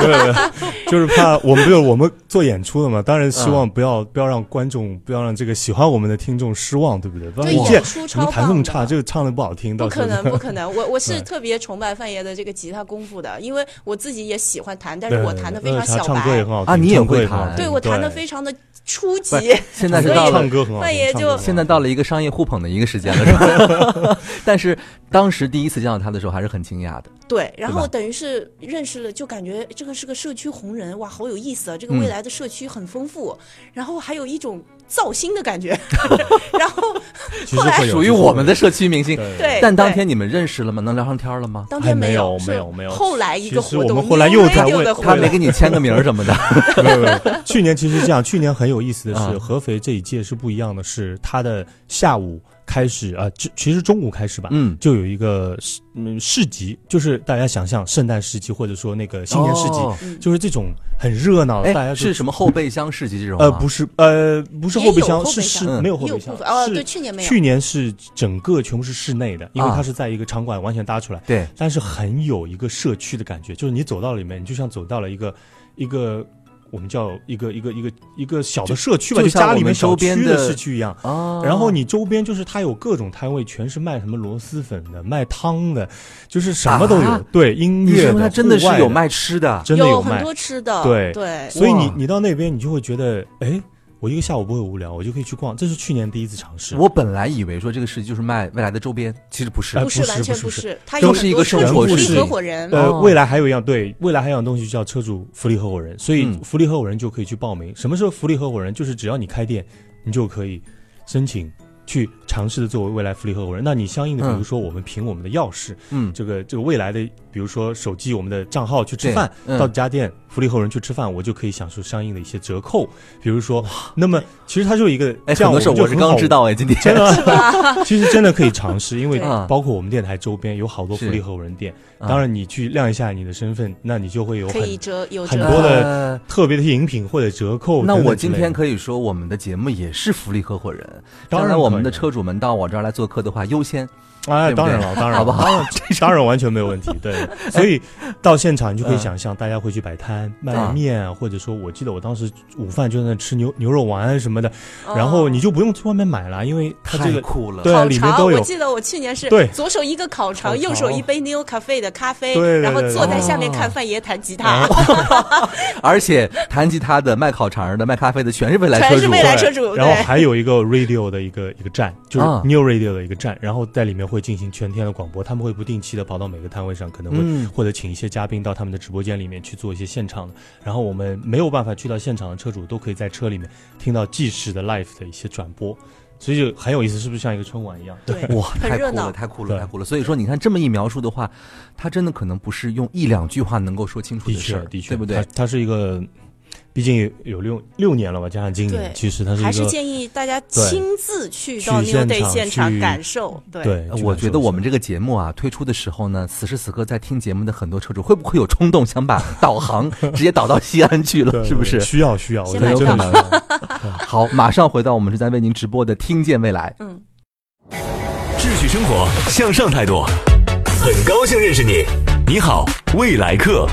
Speaker 4: 就是怕我们不是我们做演出的嘛，当
Speaker 5: 嗯
Speaker 4: 然希望不要、不要让观众不要让这个喜欢我们的听众失望，对不对？不然
Speaker 5: 对
Speaker 4: 一见
Speaker 5: 演出
Speaker 4: 你们
Speaker 5: 超
Speaker 4: 弹这么
Speaker 5: 棒
Speaker 4: 差，
Speaker 5: 的
Speaker 4: 这个唱的不好听，
Speaker 5: 不
Speaker 4: 到时候
Speaker 5: 可能，不可
Speaker 4: 能。
Speaker 5: 能！我我是
Speaker 4: 对
Speaker 5: 特别崇拜范爷的这个吉他功夫的，因为我自己也喜欢弹，但
Speaker 4: 对 <laughs>
Speaker 5: 是我弹的非
Speaker 4: 那
Speaker 5: 常
Speaker 4: 他
Speaker 5: 小
Speaker 4: 唱歌也
Speaker 5: 白
Speaker 4: 很，好
Speaker 2: 啊
Speaker 4: 听
Speaker 2: 你也
Speaker 4: 唱歌
Speaker 2: 会
Speaker 4: 很好
Speaker 2: 弹
Speaker 4: 听
Speaker 5: 对我弹的
Speaker 4: 对
Speaker 5: 非常的初级。
Speaker 2: <laughs> 现在是
Speaker 5: 所以
Speaker 2: 到了
Speaker 4: 唱歌很好听，
Speaker 5: 范爷
Speaker 4: 唱歌很好
Speaker 5: 就
Speaker 4: 听
Speaker 2: 现在到了一个商业互捧的一个时间了，是吧？ <laughs> 但是当时第一次见到他的时候还是很惊讶的，
Speaker 5: 对，然
Speaker 2: 对吧
Speaker 5: 后等于是认识了，就感觉这个是个社区红人，哇，好有意思啊！这个
Speaker 2: 嗯
Speaker 5: 未来的社区很丰富，然后还有一种造星的感
Speaker 4: <laughs>
Speaker 5: 觉。然后
Speaker 4: 其实
Speaker 5: 后来
Speaker 4: 会有
Speaker 2: 属于我们的社区明星。
Speaker 4: 对
Speaker 5: 对，
Speaker 2: 但当
Speaker 5: 对
Speaker 2: 天你们认识了吗？能聊上天了吗？
Speaker 5: 当天
Speaker 4: 还哎没
Speaker 5: 有
Speaker 4: 有，
Speaker 5: 是
Speaker 4: 没有没有
Speaker 5: 后来一个
Speaker 4: 其实
Speaker 5: 活动，
Speaker 4: 我们后来又
Speaker 5: New
Speaker 4: 谈
Speaker 5: Radio
Speaker 4: 为
Speaker 5: 的活
Speaker 2: 他
Speaker 5: 动
Speaker 2: 没给你签个名儿什么
Speaker 4: <laughs>
Speaker 2: 的哎
Speaker 4: 没有没有，去年其
Speaker 2: <laughs>
Speaker 4: 实这样，去年很有意思的是，
Speaker 2: 嗯
Speaker 4: 合肥这一届是不一样的是，它的下午开始啊，这其实中午开始吧，
Speaker 2: 嗯
Speaker 4: 就有一个市嗯市集，就是大家想象圣诞市集或者说那个新年市集，
Speaker 2: 哦
Speaker 5: 嗯
Speaker 4: 就是这种很热闹的，大家
Speaker 2: 哎，
Speaker 4: 就是
Speaker 2: 什么后备箱市集这种？
Speaker 4: 呃，不，是，呃，不是后备
Speaker 5: 也有
Speaker 4: 箱，
Speaker 5: 后
Speaker 4: 是
Speaker 5: 备
Speaker 4: 室
Speaker 5: 箱
Speaker 2: 嗯
Speaker 4: 没有后
Speaker 5: 也
Speaker 4: 备
Speaker 5: 有
Speaker 4: 箱
Speaker 5: 部。分哦
Speaker 4: 是
Speaker 5: 对去年没有
Speaker 4: 去年是整个全部是室内的，因为
Speaker 2: 啊
Speaker 4: 它是在一个场馆完全搭出来。
Speaker 2: 对
Speaker 4: 但是很有一个社区的感觉，就是你走到里面，你就像走到了一个一个。我们叫一个一个一个一个小的社区吧，
Speaker 2: 就
Speaker 4: 就
Speaker 2: 像
Speaker 4: 家
Speaker 2: 我
Speaker 4: 里
Speaker 2: 们
Speaker 4: 面小
Speaker 2: 周边
Speaker 4: 区
Speaker 2: 的
Speaker 4: 的市区一样。
Speaker 2: 哦
Speaker 4: 然后你周边就是它有各种摊位，全是卖什么螺蛳粉的、卖汤的，就是什么都有。
Speaker 2: 啊
Speaker 4: 对，音
Speaker 2: 你
Speaker 4: 乐
Speaker 2: 说
Speaker 4: 的，
Speaker 2: 它真的是
Speaker 4: 户外
Speaker 2: 有，卖吃的，
Speaker 4: 真的
Speaker 5: 很
Speaker 4: 卖
Speaker 2: 啊
Speaker 5: 多。吃的，
Speaker 4: 对哎
Speaker 5: 对，
Speaker 4: 所以你
Speaker 2: 哇
Speaker 4: 你到那边，你就会觉得，哎，我一个下午不会无聊，我就可以去逛。这是去年第一次尝试。
Speaker 2: 我本来以为说这个市集就是卖未来的周边，其实不是
Speaker 4: 哎
Speaker 5: 不是
Speaker 4: 不是
Speaker 5: 完全
Speaker 4: 不是
Speaker 5: 是，它
Speaker 2: 都
Speaker 5: 有
Speaker 2: 是
Speaker 5: 很
Speaker 2: 一
Speaker 5: 多
Speaker 2: 个生
Speaker 5: 车主
Speaker 2: 活
Speaker 5: 福
Speaker 2: 事
Speaker 5: 利
Speaker 2: 情
Speaker 5: 合伙人，
Speaker 4: 呃，
Speaker 2: 哦
Speaker 4: 未来还有一样，对，未来还有一样东西叫车主福利合伙人，所以
Speaker 2: 嗯
Speaker 4: 福利合伙人就可以去报名。什么时候福利合伙人？就是只要你开店，你就可以申请去尝试的作为未来福利合伙人。那你相应的，
Speaker 2: 嗯
Speaker 4: 比如说我们凭我们的钥匙，
Speaker 2: 嗯
Speaker 4: 这个这个未来的，比如说手机我们的账号去吃饭，
Speaker 2: 对嗯
Speaker 4: 到这家店福利合伙人去吃饭，我就可以享受相应的一些折扣。比如说，那么其实它就一个
Speaker 2: 哎，
Speaker 4: 这
Speaker 2: 很
Speaker 4: 样，
Speaker 2: 多事儿
Speaker 4: 我
Speaker 2: 我是刚知。道哎，今天 <laughs>
Speaker 4: 真的， <laughs> 其实真的可以尝试，因为
Speaker 2: 对嗯
Speaker 4: 包括我们电台周边有好多
Speaker 2: 是
Speaker 4: 福利合伙人店，
Speaker 2: 啊
Speaker 4: 当然你去亮一下你的身份，那你就会有
Speaker 5: 可以
Speaker 4: 很
Speaker 5: 折有
Speaker 4: 很
Speaker 5: 折
Speaker 4: 多的
Speaker 2: 呃
Speaker 4: 特别的饮品或者折扣等
Speaker 2: 那
Speaker 4: 等之类的。
Speaker 2: 我今天可以说，我们的节目也是福利合伙人。
Speaker 4: 当然
Speaker 2: 将来我们的
Speaker 4: 可以
Speaker 2: 车主们到我这儿来做客的话，优先
Speaker 4: 啊，
Speaker 2: 对不
Speaker 4: 当
Speaker 2: 对
Speaker 4: 然了，当
Speaker 2: 好
Speaker 4: 然了， <laughs>
Speaker 2: 不好
Speaker 4: 当然当然完全没有问题。
Speaker 2: <laughs>
Speaker 4: 对，所以到现场你就可以想象，大家会去摆摊卖
Speaker 2: 啊
Speaker 4: 面啊，或者说我记得我当时午饭就在那吃牛牛肉丸什么的，然后你就不用去外面买了，因为它这
Speaker 2: 哦太
Speaker 4: 个
Speaker 2: 酷了。
Speaker 4: 对啊
Speaker 5: 烤
Speaker 4: 里面
Speaker 5: 肠，
Speaker 4: 都有
Speaker 5: 我记得我去年是
Speaker 4: 对
Speaker 5: 左手一个烤
Speaker 4: 烤
Speaker 5: 肠，
Speaker 4: 肠
Speaker 5: 右手一杯 New Cafe 的咖啡
Speaker 4: 对对，对
Speaker 5: 然后坐在下面
Speaker 2: 哦
Speaker 5: 看范爷弹吉他，
Speaker 2: 而且弹吉他的、卖烤肠的、卖咖啡的，全是未来
Speaker 5: 全
Speaker 2: 车
Speaker 5: 是
Speaker 2: 主。
Speaker 5: 未来
Speaker 4: 对
Speaker 5: 车主，
Speaker 4: 然后
Speaker 5: 对
Speaker 4: 还有一个 radio 的一个一个站，就是
Speaker 2: 啊
Speaker 4: new radio 的一个站，然后在里面会进行全天的广播，他们会不定期的跑到每个摊位上，可能会、
Speaker 2: 嗯
Speaker 4: 或者请一些嘉宾到他们的直播间里面去做一些现场的。然后我们没有办法去到现场的车主，都可以在车里面听到即时的 live 的一些转播，所以就很有意思，是不是像一个春晚一样？
Speaker 5: 对
Speaker 4: <laughs>
Speaker 2: 哇，
Speaker 5: 很
Speaker 2: 太
Speaker 5: 热
Speaker 2: 酷
Speaker 5: 闹
Speaker 2: 了，太酷了，
Speaker 4: 对
Speaker 2: 太酷了！所以说，你看这么一描述的话，他真的可能不是用一两句话能够说清楚
Speaker 4: 的
Speaker 2: 事
Speaker 4: 确
Speaker 2: 儿，，
Speaker 4: 的确，
Speaker 2: 对不
Speaker 4: 它
Speaker 2: 对？
Speaker 4: 它是一个，毕竟有六六年了吧，加上今年
Speaker 5: 对，
Speaker 4: 其实它是一
Speaker 5: 还是
Speaker 4: 个。
Speaker 5: 建议大家
Speaker 4: 对
Speaker 5: 亲自去
Speaker 4: 去
Speaker 5: 到 New
Speaker 4: 现
Speaker 5: Day
Speaker 4: 场
Speaker 5: 现场
Speaker 4: 去
Speaker 5: 感受，对
Speaker 4: 对，去
Speaker 2: 呃我
Speaker 4: 感受
Speaker 2: 觉得
Speaker 4: 一
Speaker 2: 我
Speaker 4: 下
Speaker 2: 们这个节目啊推出的时候呢，此时此刻在听节目的很多车主会不会有冲动想把导航 <laughs> 直接导到西安去
Speaker 4: 对
Speaker 2: 了？是不
Speaker 4: 对
Speaker 2: 是？
Speaker 4: 需要需要？我
Speaker 5: 先
Speaker 4: 觉得
Speaker 5: 买票
Speaker 4: 真的蛮好的。
Speaker 2: 好，马上回到我们正在为您直播的《听见未来》。
Speaker 1: 秩序生活，向上态度。很高兴认识你，你好，未来客。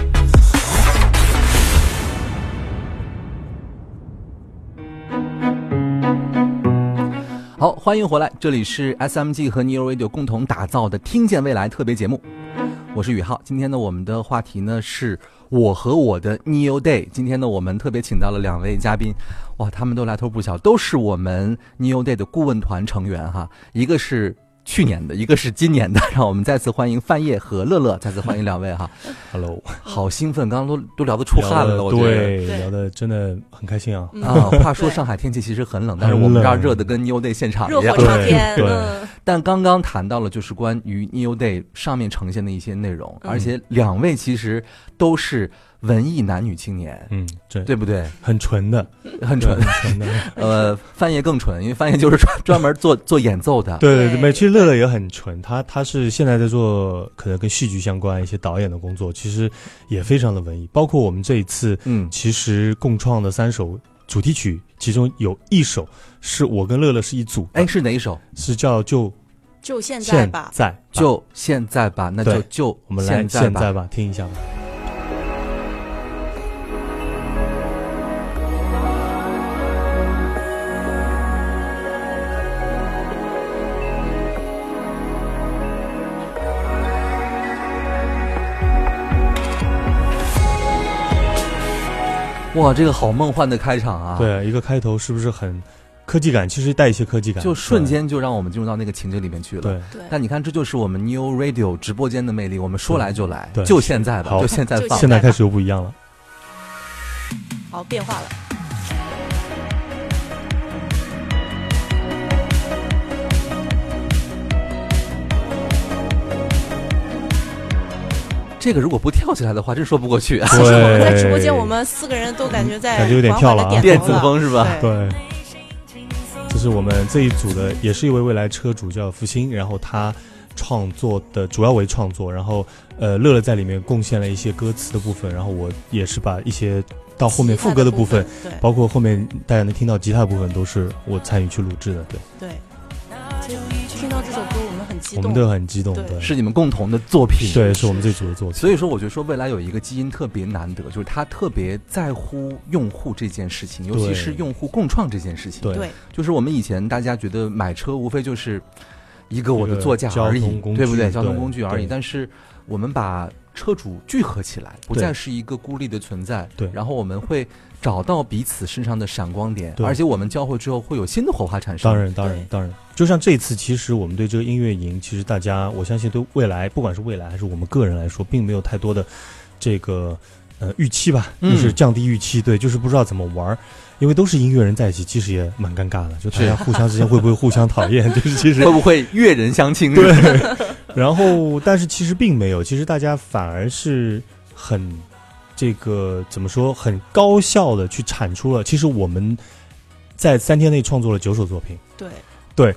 Speaker 2: 好，欢迎回来，这里是 SMG 和 Neo Radio 共同打造的《听见未来》特别节目，我是宇浩。今天呢，我们的话题呢是我和我的 Neo Day。今天呢，我们特别请到了两位嘉宾，哇，他们都来头不小，都是我们 Neo Day 的顾问团成员哈。一个是去年的，一个是今年的，让我们再次欢迎范叶和乐乐，再次欢迎两位哈。
Speaker 4: Hello，
Speaker 2: 好兴奋，刚刚都都聊得出汗了，我觉得。
Speaker 4: 对，
Speaker 5: 对嗯
Speaker 4: 聊的真的很开心啊。
Speaker 2: 啊，话说
Speaker 5: 对
Speaker 2: 上海天气其实很冷，但是
Speaker 4: 很
Speaker 2: 我们这儿
Speaker 4: 冷
Speaker 2: 热的跟 New Day 现场
Speaker 5: 热
Speaker 2: 一样
Speaker 5: 火。朝天，
Speaker 4: 对
Speaker 5: 嗯，
Speaker 2: 但刚刚谈到了就是关于 New Day 上面呈现的一些内容，
Speaker 4: 嗯
Speaker 2: 而且两位其实都是文艺男女青年，
Speaker 4: 嗯，对，
Speaker 2: 对不对？
Speaker 4: 很纯的，
Speaker 2: 很
Speaker 4: 对
Speaker 2: 纯
Speaker 4: 很。
Speaker 5: <laughs>
Speaker 4: 纯的。
Speaker 2: 呃，范爷更纯，因为范爷就是专 <laughs> 专门做做演奏的。
Speaker 4: 对对
Speaker 5: 对
Speaker 4: 对，其实乐乐也很纯，他他是现在在做可能跟戏剧相关一些导演的工作，其实也非常的文艺。包括我们这一次，
Speaker 2: 嗯
Speaker 4: 其实共创的三首主题曲，其中有一首是我跟乐乐是一组的，
Speaker 2: 哎，是哪一首？
Speaker 4: 是叫就
Speaker 5: 就现在
Speaker 4: 现
Speaker 5: 吧，
Speaker 4: 在吧，
Speaker 2: 就现在吧，那就
Speaker 4: 对
Speaker 2: 就
Speaker 4: 我们来
Speaker 2: 现在
Speaker 4: 现
Speaker 2: 吧
Speaker 4: 在。吧，听一下吧。
Speaker 2: 哇，这个好梦幻的开场啊！，
Speaker 4: 对，一个开头是不是很科技感？其实带一些科技感，
Speaker 2: 就瞬间就让我们进入到那个情节里面去了。
Speaker 4: 对。对
Speaker 5: 对，
Speaker 2: 但你看，这就是我们 New Radio 直播间的魅力。我们说来就来，
Speaker 4: 对
Speaker 2: 就现在吧，
Speaker 4: 好
Speaker 2: 就现在
Speaker 5: 就
Speaker 2: 放。
Speaker 4: 现在开始又不一样了。
Speaker 5: 好变化了，
Speaker 2: 这个如果不跳起来的话，真说不过
Speaker 5: <laughs>
Speaker 4: <laughs>
Speaker 2: 去啊。
Speaker 5: 其实我们在
Speaker 4: 对
Speaker 5: 直播间，我们四个人都感觉在
Speaker 4: 感觉有点
Speaker 5: 缓
Speaker 4: 跳
Speaker 5: 缓
Speaker 4: 了
Speaker 5: 的点
Speaker 4: 啊
Speaker 2: 电子风是吧
Speaker 5: 对
Speaker 4: 对，这是我们这一组的，也是一位未来车主叫福星，然后他创作的主要为创作，然后呃乐乐在里面贡献了一些歌词的部分，然后我也是把一些到后面副歌的部分，，
Speaker 5: 对
Speaker 4: 包括后面大家能听到吉他的部分，都是我参与去录制的。对，
Speaker 5: 对，就听到这首歌，我们很激
Speaker 4: 我
Speaker 5: 动。
Speaker 4: 们都很激动，
Speaker 5: 对
Speaker 4: 对，
Speaker 2: 是你们共同的作品。
Speaker 4: 对，是我们这组的作品。
Speaker 2: 所以说，我觉得说未来有一个基因特别难得，就是他特别在乎用户这件事情，尤其
Speaker 4: 对
Speaker 2: 是用户共创这件事情。
Speaker 4: 对
Speaker 5: 对，
Speaker 2: 就是我们以前大家觉得买车无非就是一个我的
Speaker 4: 一个
Speaker 2: 座驾
Speaker 4: 交
Speaker 2: 而已
Speaker 4: 通，工具
Speaker 2: 对不对？交通
Speaker 4: 对
Speaker 2: 工具而已。
Speaker 4: 对
Speaker 2: 但是我们把车主聚合起来，不
Speaker 4: 对
Speaker 2: 再是一个孤立的存在。
Speaker 4: 对
Speaker 2: 然后我们会找到彼此身上的闪光点，
Speaker 4: 对
Speaker 2: 而且我们交汇之后会有新的火花产生。
Speaker 4: 当，然，当然
Speaker 5: 对，
Speaker 4: 当然，就像这次，其实我们对这个音乐营，其实大家，我相信对未来，不管是未来还是我们个人来说，并没有太多的这个呃预期吧，
Speaker 2: 嗯
Speaker 4: 就是降低预期，对，就是不知道怎么玩儿，因为都是音乐人在一起，其实也蛮尴尬的，就大家互相之间会不会互相讨厌， <laughs> 就是其
Speaker 2: <laughs>
Speaker 4: 实
Speaker 2: 会不会越人相亲日？对，
Speaker 4: 然后，但是其实并没有，其实大家反而是很这个怎么说，很高效的去产出了。其实我们在三天内创作了九首作品，
Speaker 5: 对，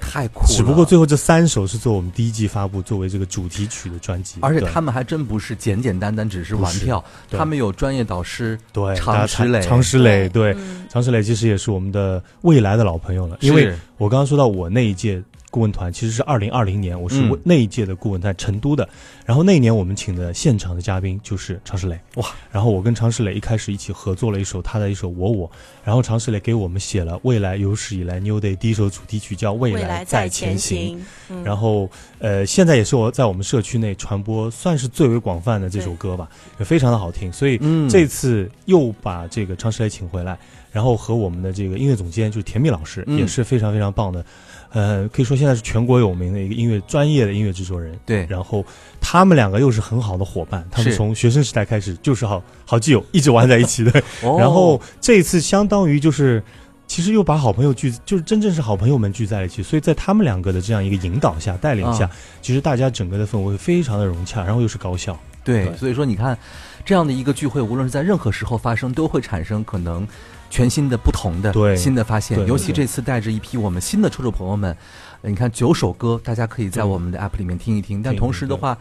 Speaker 2: 太酷了。
Speaker 4: 只不过最后这三首是做我们第一季发布作为这个主题曲的专辑，
Speaker 2: 而且
Speaker 4: 对
Speaker 2: 他们还真不是简简单单只是玩票，
Speaker 4: 不是
Speaker 2: 他们有专业导师。
Speaker 4: 对
Speaker 2: 常
Speaker 4: 大家
Speaker 2: 石磊
Speaker 4: 常石磊对。
Speaker 5: 嗯
Speaker 4: 常石磊其实也是我们的未来的老朋友了，因为
Speaker 2: 是
Speaker 4: 我刚刚说到我那一届顾问团其实是二零二零年，我是
Speaker 2: 嗯
Speaker 4: 我那一届的顾问在成都的，然后那一年我们请的现场的嘉宾就是常石磊
Speaker 2: 哇，
Speaker 4: 然后我跟常石磊一开始一起合作了一首他的一首《我我》，然后常石磊给我们写了未来有史以来 New Day 第一首主题曲叫《未
Speaker 5: 未
Speaker 4: 来
Speaker 5: 来
Speaker 4: 在
Speaker 5: 在前
Speaker 4: 前行》。
Speaker 5: 行。嗯
Speaker 4: 然后，呃，现在也是我在我们社区内传播算是最为广泛的这首歌吧，也非常的好听。所以
Speaker 2: 嗯
Speaker 4: 这次又把这个常石磊请回来，然后和我们的这个音乐总监就是甜蜜老师、
Speaker 2: 嗯
Speaker 4: 也是非常非常棒的，呃，可以说现在是全国有名的一个音乐专业的音乐制作人。
Speaker 2: 对
Speaker 4: 然后他们两个又是很好的伙伴，他们
Speaker 2: 是
Speaker 4: 从学生时代开始就是好好基友，一直玩在一起的。
Speaker 2: 哦
Speaker 4: 然后这一次相当于就是，其实又把好朋友聚，就是真正是好朋友们聚在了一起。所以在他们两个的这样一个引导下、带领下，
Speaker 2: 啊
Speaker 4: 其实大家整个的氛围会非常的融洽，然后又是高效。
Speaker 2: 对，
Speaker 4: 对
Speaker 2: 所以说你看，这样的一个聚会，无论是在任何时候发生，都会产生可能全新的、不同的、
Speaker 4: 对
Speaker 2: 新的发现
Speaker 4: 对。对
Speaker 2: 尤其
Speaker 4: 对
Speaker 2: 这次带着一批我们新的车主朋友们，呃你看九首歌，大家可以在
Speaker 4: 对
Speaker 2: 我们的 app 里面听一听。但
Speaker 4: 听一
Speaker 2: 同
Speaker 4: 听
Speaker 2: 时的
Speaker 4: 对
Speaker 2: 话，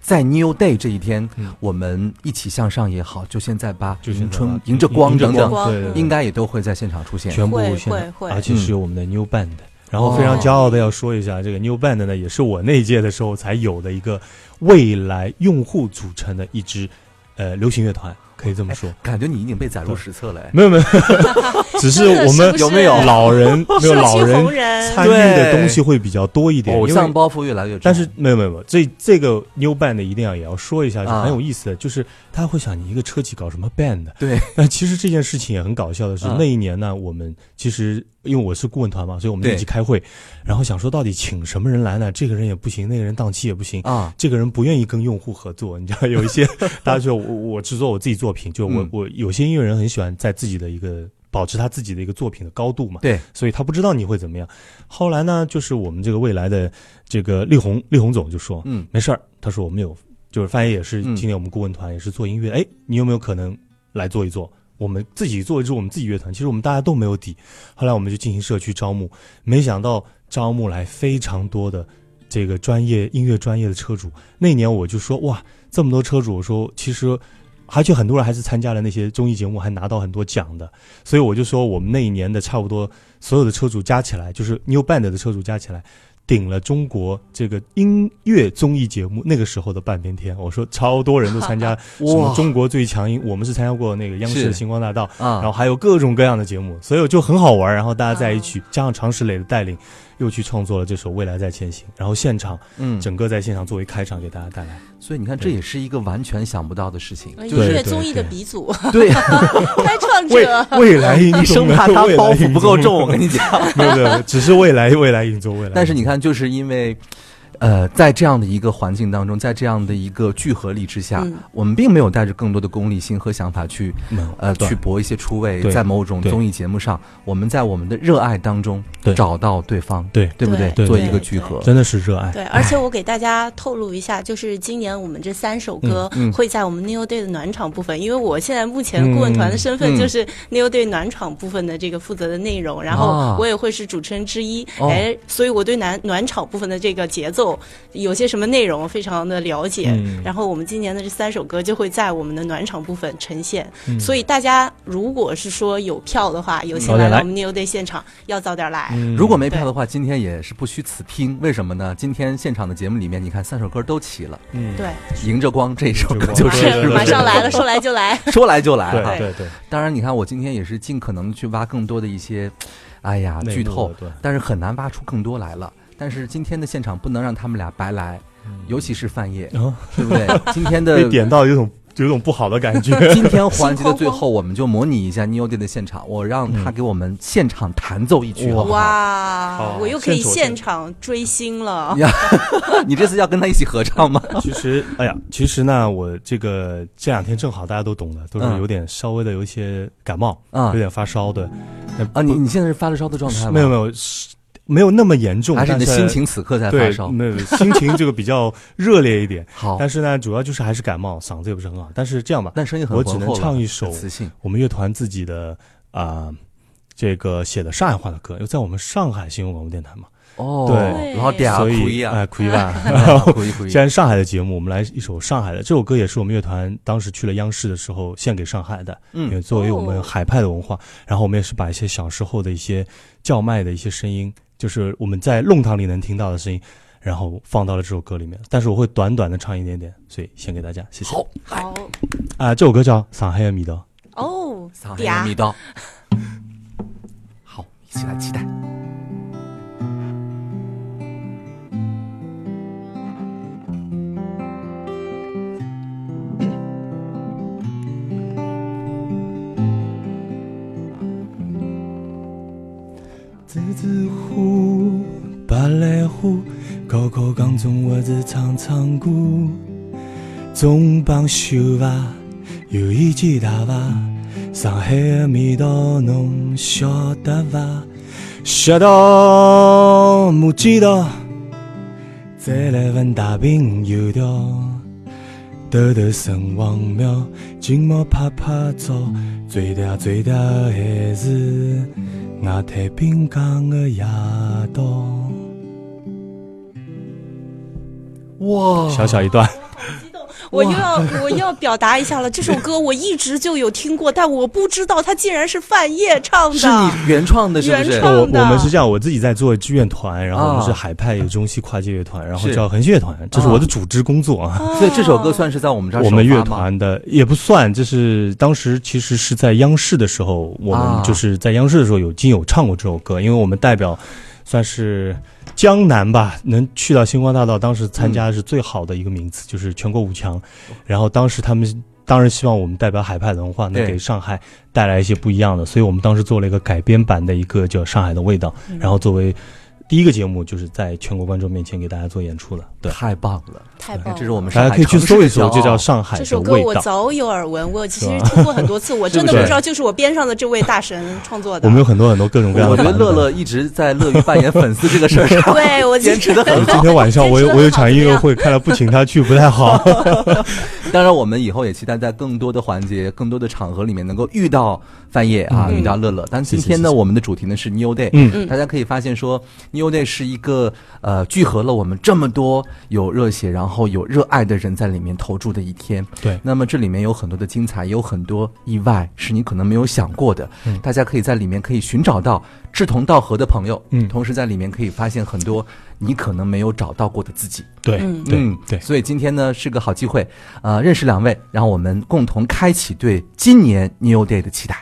Speaker 2: 在 New Day 这一天
Speaker 4: 嗯，
Speaker 2: 我们一起向上也好，就现在吧，
Speaker 4: 就
Speaker 2: 迎
Speaker 4: 是
Speaker 2: 春迎着光等
Speaker 5: 着
Speaker 2: 等，
Speaker 5: 光
Speaker 4: 对对对
Speaker 2: 应该也都会在现场出现。
Speaker 4: 全部
Speaker 5: 会
Speaker 4: 现在
Speaker 5: 会会
Speaker 4: 而且是有我们的 New Band。然后非常
Speaker 5: 哦
Speaker 4: 骄傲的要说一下，这个 New Band 呢，也是我那一届的时候才有的一个未来用户组成的一支，呃，流行乐团，可以这么说。
Speaker 2: 感觉你已经被载入
Speaker 4: 对
Speaker 2: 史册了，哎
Speaker 4: 没有没有，只是我
Speaker 5: 真的是
Speaker 4: 们
Speaker 5: 不是有没有
Speaker 4: 老人没有
Speaker 5: 社区
Speaker 4: 老人
Speaker 5: 红人
Speaker 4: 参与
Speaker 2: 对
Speaker 4: 的东西会比较多一点，
Speaker 2: 偶
Speaker 4: 因
Speaker 2: 像
Speaker 4: 为
Speaker 2: 包袱越来越重。
Speaker 4: 但是没有没有没有，这这个 new band 一定要也要说一下，是
Speaker 2: 啊
Speaker 4: 很有意思的，就是他会想你一个车企搞什么 band， <laughs>
Speaker 2: 对，
Speaker 4: 但其实这件事情也很搞笑的是，
Speaker 2: 啊
Speaker 4: 那一年呢，我们其实因为我是顾问团嘛，所以我们
Speaker 2: 对
Speaker 4: 一起开会，
Speaker 2: 嗯
Speaker 4: 然后想说到底请什么人来呢？这个人也不行，那个人档期也不行。
Speaker 2: 啊，
Speaker 4: 这个人不愿意跟用户合作，你知道
Speaker 2: <laughs>
Speaker 4: 有一些大家说我我制作我自己作品，就我、
Speaker 2: 嗯
Speaker 4: 我有些音乐人很喜欢在自己的一个保持他自己的一个作品的高度嘛，
Speaker 2: 对，
Speaker 4: 所以他不知道你会怎么样。后来呢，就是我们这个未来的这个力宏力宏总就说，
Speaker 2: 嗯，
Speaker 4: 没事儿，他说我们有，就是范爷也是
Speaker 2: 嗯
Speaker 4: 今年我们顾问团也是做音乐，哎，你有没有可能来做一做？我们自己做一支我们自己乐团，其实我们大家都没有底。后来我们就进行社区招募，没想到招募来非常多的这个专业音乐专业的车主。那年我就说哇，这么多车主，我说其实。而且很多人还是参加了那些综艺节目，还拿到很多奖的，所以我就说，我们那一年的差不多所有的车主加起来，就是 New Band 的车主加起来，顶了中国这个音乐综艺节目那个时候的半边天。我说超多人都参加什
Speaker 2: <laughs>
Speaker 4: 么
Speaker 2: 哇
Speaker 4: 中国最强音，我们是参加过那个央视
Speaker 2: 是
Speaker 4: 的星光大道，
Speaker 2: 啊
Speaker 4: 然后还有各种各样的节目，所以就很好玩。然后大家在一
Speaker 2: 啊
Speaker 4: 起，加上常石磊的带领，又去创作了这首《未来在前行》，然后现场
Speaker 2: 嗯，
Speaker 4: 整个在现场作为开场给大家带来。
Speaker 2: 所以你看，这
Speaker 4: 对
Speaker 2: 也是一个完全想不到的事情，
Speaker 5: 呃音
Speaker 2: 就是
Speaker 5: 乐
Speaker 4: 对
Speaker 5: 综艺的
Speaker 4: 对
Speaker 5: 鼻
Speaker 4: <laughs>
Speaker 5: 祖，
Speaker 2: 对。
Speaker 5: 开创
Speaker 2: <laughs>
Speaker 4: 未
Speaker 5: 者。
Speaker 4: 未来音
Speaker 2: 你
Speaker 4: 综
Speaker 2: 生
Speaker 4: 呢，
Speaker 2: 怕他
Speaker 4: 未来
Speaker 2: 包
Speaker 4: 音
Speaker 2: 袱不够
Speaker 4: 综
Speaker 2: 重，我跟你
Speaker 4: <laughs>
Speaker 2: 讲。
Speaker 4: 没有没有，没有只是未来未来影综未来。
Speaker 2: 但是你，看，就是因为，呃，在这样的一个环境当中，在这样的一个聚合力之下，
Speaker 5: 嗯
Speaker 2: 我们并没有带着更多的功利心和想法去，
Speaker 4: 嗯
Speaker 2: 呃，
Speaker 4: 对
Speaker 2: 去搏一些出位。
Speaker 4: 对
Speaker 2: 在某种
Speaker 4: 对
Speaker 2: 综艺节目上，我们在我们的热爱当中
Speaker 4: 对
Speaker 2: 找到对方，
Speaker 4: 对
Speaker 2: 对不
Speaker 5: 对
Speaker 2: 做
Speaker 5: 对
Speaker 2: 一个
Speaker 5: 对
Speaker 2: 聚合。
Speaker 4: 真的是热
Speaker 5: <laughs>
Speaker 4: 爱。
Speaker 5: 对，而且我给大家透露一下，就是今年我们这三首歌
Speaker 2: 嗯嗯
Speaker 5: 会在我们 New Day 的暖场部分，因为我现在目前顾问团的
Speaker 2: 嗯
Speaker 5: 身份就是 New Day 暖场部分的这个负责的内容，然
Speaker 2: 啊
Speaker 5: 后我也会是主持人之一，
Speaker 2: 哦
Speaker 5: 哎，所以我对暖暖场部分的这个节奏奏有些什么内容非常的了解。
Speaker 4: 嗯
Speaker 5: 然后我们今年的这三首歌就会在我们的暖场部分呈现。
Speaker 2: 嗯
Speaker 5: 所以大家如果是说有票的话，有
Speaker 4: 早
Speaker 5: 幸
Speaker 4: 点
Speaker 5: 来到
Speaker 4: 来
Speaker 5: 我们 New Day 现场，要早点来。
Speaker 4: 嗯
Speaker 2: 如果没票的话，今天也是不虚此拼。为什么呢？今天现场的节目里面，你看三首歌都齐了，
Speaker 4: 嗯
Speaker 5: 对，
Speaker 2: 《迎着光》这一首
Speaker 4: 迎着
Speaker 2: 歌
Speaker 4: 光
Speaker 2: 就
Speaker 4: 对对
Speaker 2: 是
Speaker 4: 对
Speaker 5: 马上来了，说来就来。
Speaker 2: <laughs> 说来就来啊
Speaker 4: 对！对对，
Speaker 2: 当然，你看我今天也是尽可能的去挖更多的一些，哎呀，
Speaker 4: 内幕
Speaker 2: 剧透
Speaker 4: 了对，
Speaker 2: 但是很难挖出更多来了。但是今天的现场不能让他们俩白来，尤其是范晔，
Speaker 4: 然后
Speaker 2: 对不
Speaker 4: <laughs>
Speaker 2: 对？今天的
Speaker 4: 嗯哦被点到有种有种不好的感觉。
Speaker 2: <laughs> 今天环节的最后，我们就模拟一下 New Day 的现场，我让
Speaker 4: 嗯
Speaker 2: 他给我们现场弹奏一曲，好不好？
Speaker 5: 哇
Speaker 4: 好，
Speaker 5: 我又可以
Speaker 4: 献
Speaker 5: 现
Speaker 4: 丑
Speaker 5: 场追星了。
Speaker 2: 呀， <laughs> 你这次要跟他一起合唱
Speaker 4: <laughs>
Speaker 2: 吗？
Speaker 4: 其实，哎呀，其实呢，我这个这两天正好大家都懂的，都是
Speaker 2: 嗯
Speaker 4: 有点稍微的有一些感冒，
Speaker 2: 啊
Speaker 4: 有点发烧的。那
Speaker 2: 啊，你
Speaker 4: 不
Speaker 2: 你现在是发了烧的状态吗？
Speaker 4: 没有没有是没有那么严重，
Speaker 2: 还是你的
Speaker 4: 但
Speaker 2: 心情此刻在发
Speaker 4: 对
Speaker 2: 烧，？哦
Speaker 4: 没有心情这个比较热烈
Speaker 2: <laughs>
Speaker 4: 一点。
Speaker 2: 好，
Speaker 4: 但是呢，主要就是还是感冒，嗓子也不是很好。但是这样吧，
Speaker 2: 但声音很
Speaker 4: 我
Speaker 2: 浑
Speaker 4: 只能
Speaker 2: 厚了
Speaker 4: 唱一首
Speaker 2: 很磁性。
Speaker 4: 我们乐团自己的啊、这个写的上海话的歌，又在我们上海新闻广播电台嘛，
Speaker 2: 哦，
Speaker 4: 对
Speaker 2: 老嗲
Speaker 4: 所
Speaker 2: 苦
Speaker 4: 以
Speaker 2: 一 <laughs>
Speaker 4: 哎，
Speaker 2: 啊，
Speaker 4: 苦一吧。
Speaker 2: 苦一苦一
Speaker 4: 既。然上海的节目，我们来一首上海的。这首歌也是我们乐团当时去了央视的时候献给上海的，因为
Speaker 2: 嗯，
Speaker 4: 作为我们海派的文化。然后我们也是把一些小时候的一些叫卖的一些声音，就是我们在弄堂里能听到的声音，然后放到了这首歌里面。但是我会短短的唱一点点，所以献给大家，谢谢。
Speaker 2: 好，
Speaker 5: 好
Speaker 4: 啊、这首歌叫《上海的味道》。
Speaker 5: 哦，
Speaker 2: 上海
Speaker 5: 嗲 <laughs>
Speaker 2: 的味
Speaker 4: <laughs>
Speaker 2: 道。好，一起来期待。
Speaker 4: 栀子花、白兰花，高高岗中我是唱唱歌。总帮绣袜，有一件大袜，上海的味道侬晓得伐？小到马街道，再来份大饼油条，头头城隍庙，金毛拍拍照，最嗲最嗲还是。外滩滨江的夜到，
Speaker 2: 哇，
Speaker 4: 小小一段，
Speaker 5: 我又要我又要表达一下了，这首歌
Speaker 4: <laughs>
Speaker 5: 我一直就有听过，但我不知道它竟然是范晔唱
Speaker 2: 是你
Speaker 5: 的。
Speaker 2: 原创的，是不是
Speaker 5: 原？
Speaker 4: 我
Speaker 5: 创
Speaker 4: 我
Speaker 5: 棒的
Speaker 4: 们是这样，我自己在做剧院团，然后我们
Speaker 2: 啊
Speaker 4: 是海派有中西跨界乐团，然后
Speaker 2: 是
Speaker 4: 叫恒星乐团，这是我的组织工作啊。
Speaker 2: 哦所以这首歌算是在我们这儿
Speaker 4: 我们
Speaker 2: 首发吗
Speaker 4: 乐团的也不算，就是当时其实是在央视的时候，我
Speaker 2: 啊
Speaker 4: 们就是在央视的时候有经有唱过这首歌，因为我们代表算是江南吧，能去到星光大道，当时参
Speaker 2: 嗯
Speaker 4: 加的是最好的一个名次，就是全国五强。然后当时他们当然希望我们代表海派文化，能
Speaker 2: 对
Speaker 4: 给上海带来一些不一样的，所以我们当时做了一个改编版的一个叫《上海的味道》，
Speaker 2: 嗯
Speaker 4: 然后作为第一个节目，就是在全国观众面前给大家做演出了。对，
Speaker 2: 太棒了，哎
Speaker 5: 太棒
Speaker 2: 这是
Speaker 5: 了！
Speaker 2: 我们上
Speaker 4: 大
Speaker 2: 海
Speaker 4: 家可以
Speaker 2: 城
Speaker 4: 去
Speaker 2: 市
Speaker 4: 搜
Speaker 2: 的
Speaker 4: 一搜，
Speaker 2: 骄
Speaker 4: 这叫
Speaker 2: 傲
Speaker 4: 《上哎海
Speaker 5: 这
Speaker 4: 的
Speaker 5: 首歌
Speaker 4: 味
Speaker 5: 我
Speaker 4: 道》。
Speaker 5: 早有耳闻，我其实听过很多次，我真的不知道就是我边上的这位大神创作的
Speaker 4: 我们。有很多很多各种各样
Speaker 2: 我
Speaker 4: 的
Speaker 2: 觉
Speaker 4: 版
Speaker 2: 得
Speaker 4: 本。
Speaker 2: 乐乐一直在乐于扮演粉丝这个事儿上，
Speaker 5: 对
Speaker 2: <laughs>
Speaker 5: 我
Speaker 2: 坚持的很
Speaker 5: <laughs>
Speaker 4: 我
Speaker 2: 好。
Speaker 4: 今天晚上我有我有场音乐会，看来不请他去不太好。 <laughs>
Speaker 2: 当然，我们以后也期待在更多的环节、更多的场合里面能够遇到范晔啊，遇到乐乐。但今天
Speaker 4: 嗯谢谢
Speaker 2: 呢，
Speaker 4: 谢谢
Speaker 2: 我们的主题呢是 New Day，嗯，大家可以发现说，New Day 是一个呃聚合了我们这么多有热血，然后有热爱的人在里面投注的一天。
Speaker 4: 对
Speaker 2: 那么这里面有很多的精彩，也有很多意外是你可能没有想过的。
Speaker 4: 嗯
Speaker 2: 大家可以在里面可以寻找到志同道合的朋友，
Speaker 4: 嗯
Speaker 2: 同时在里面可以发现很多你可能没有找到过的自己。
Speaker 4: <laughs> 对对
Speaker 2: 嗯，
Speaker 4: 对，
Speaker 2: 所以今天呢是个好机会，呃，认识两位，让我们共同开启对今年 New Day 的期待。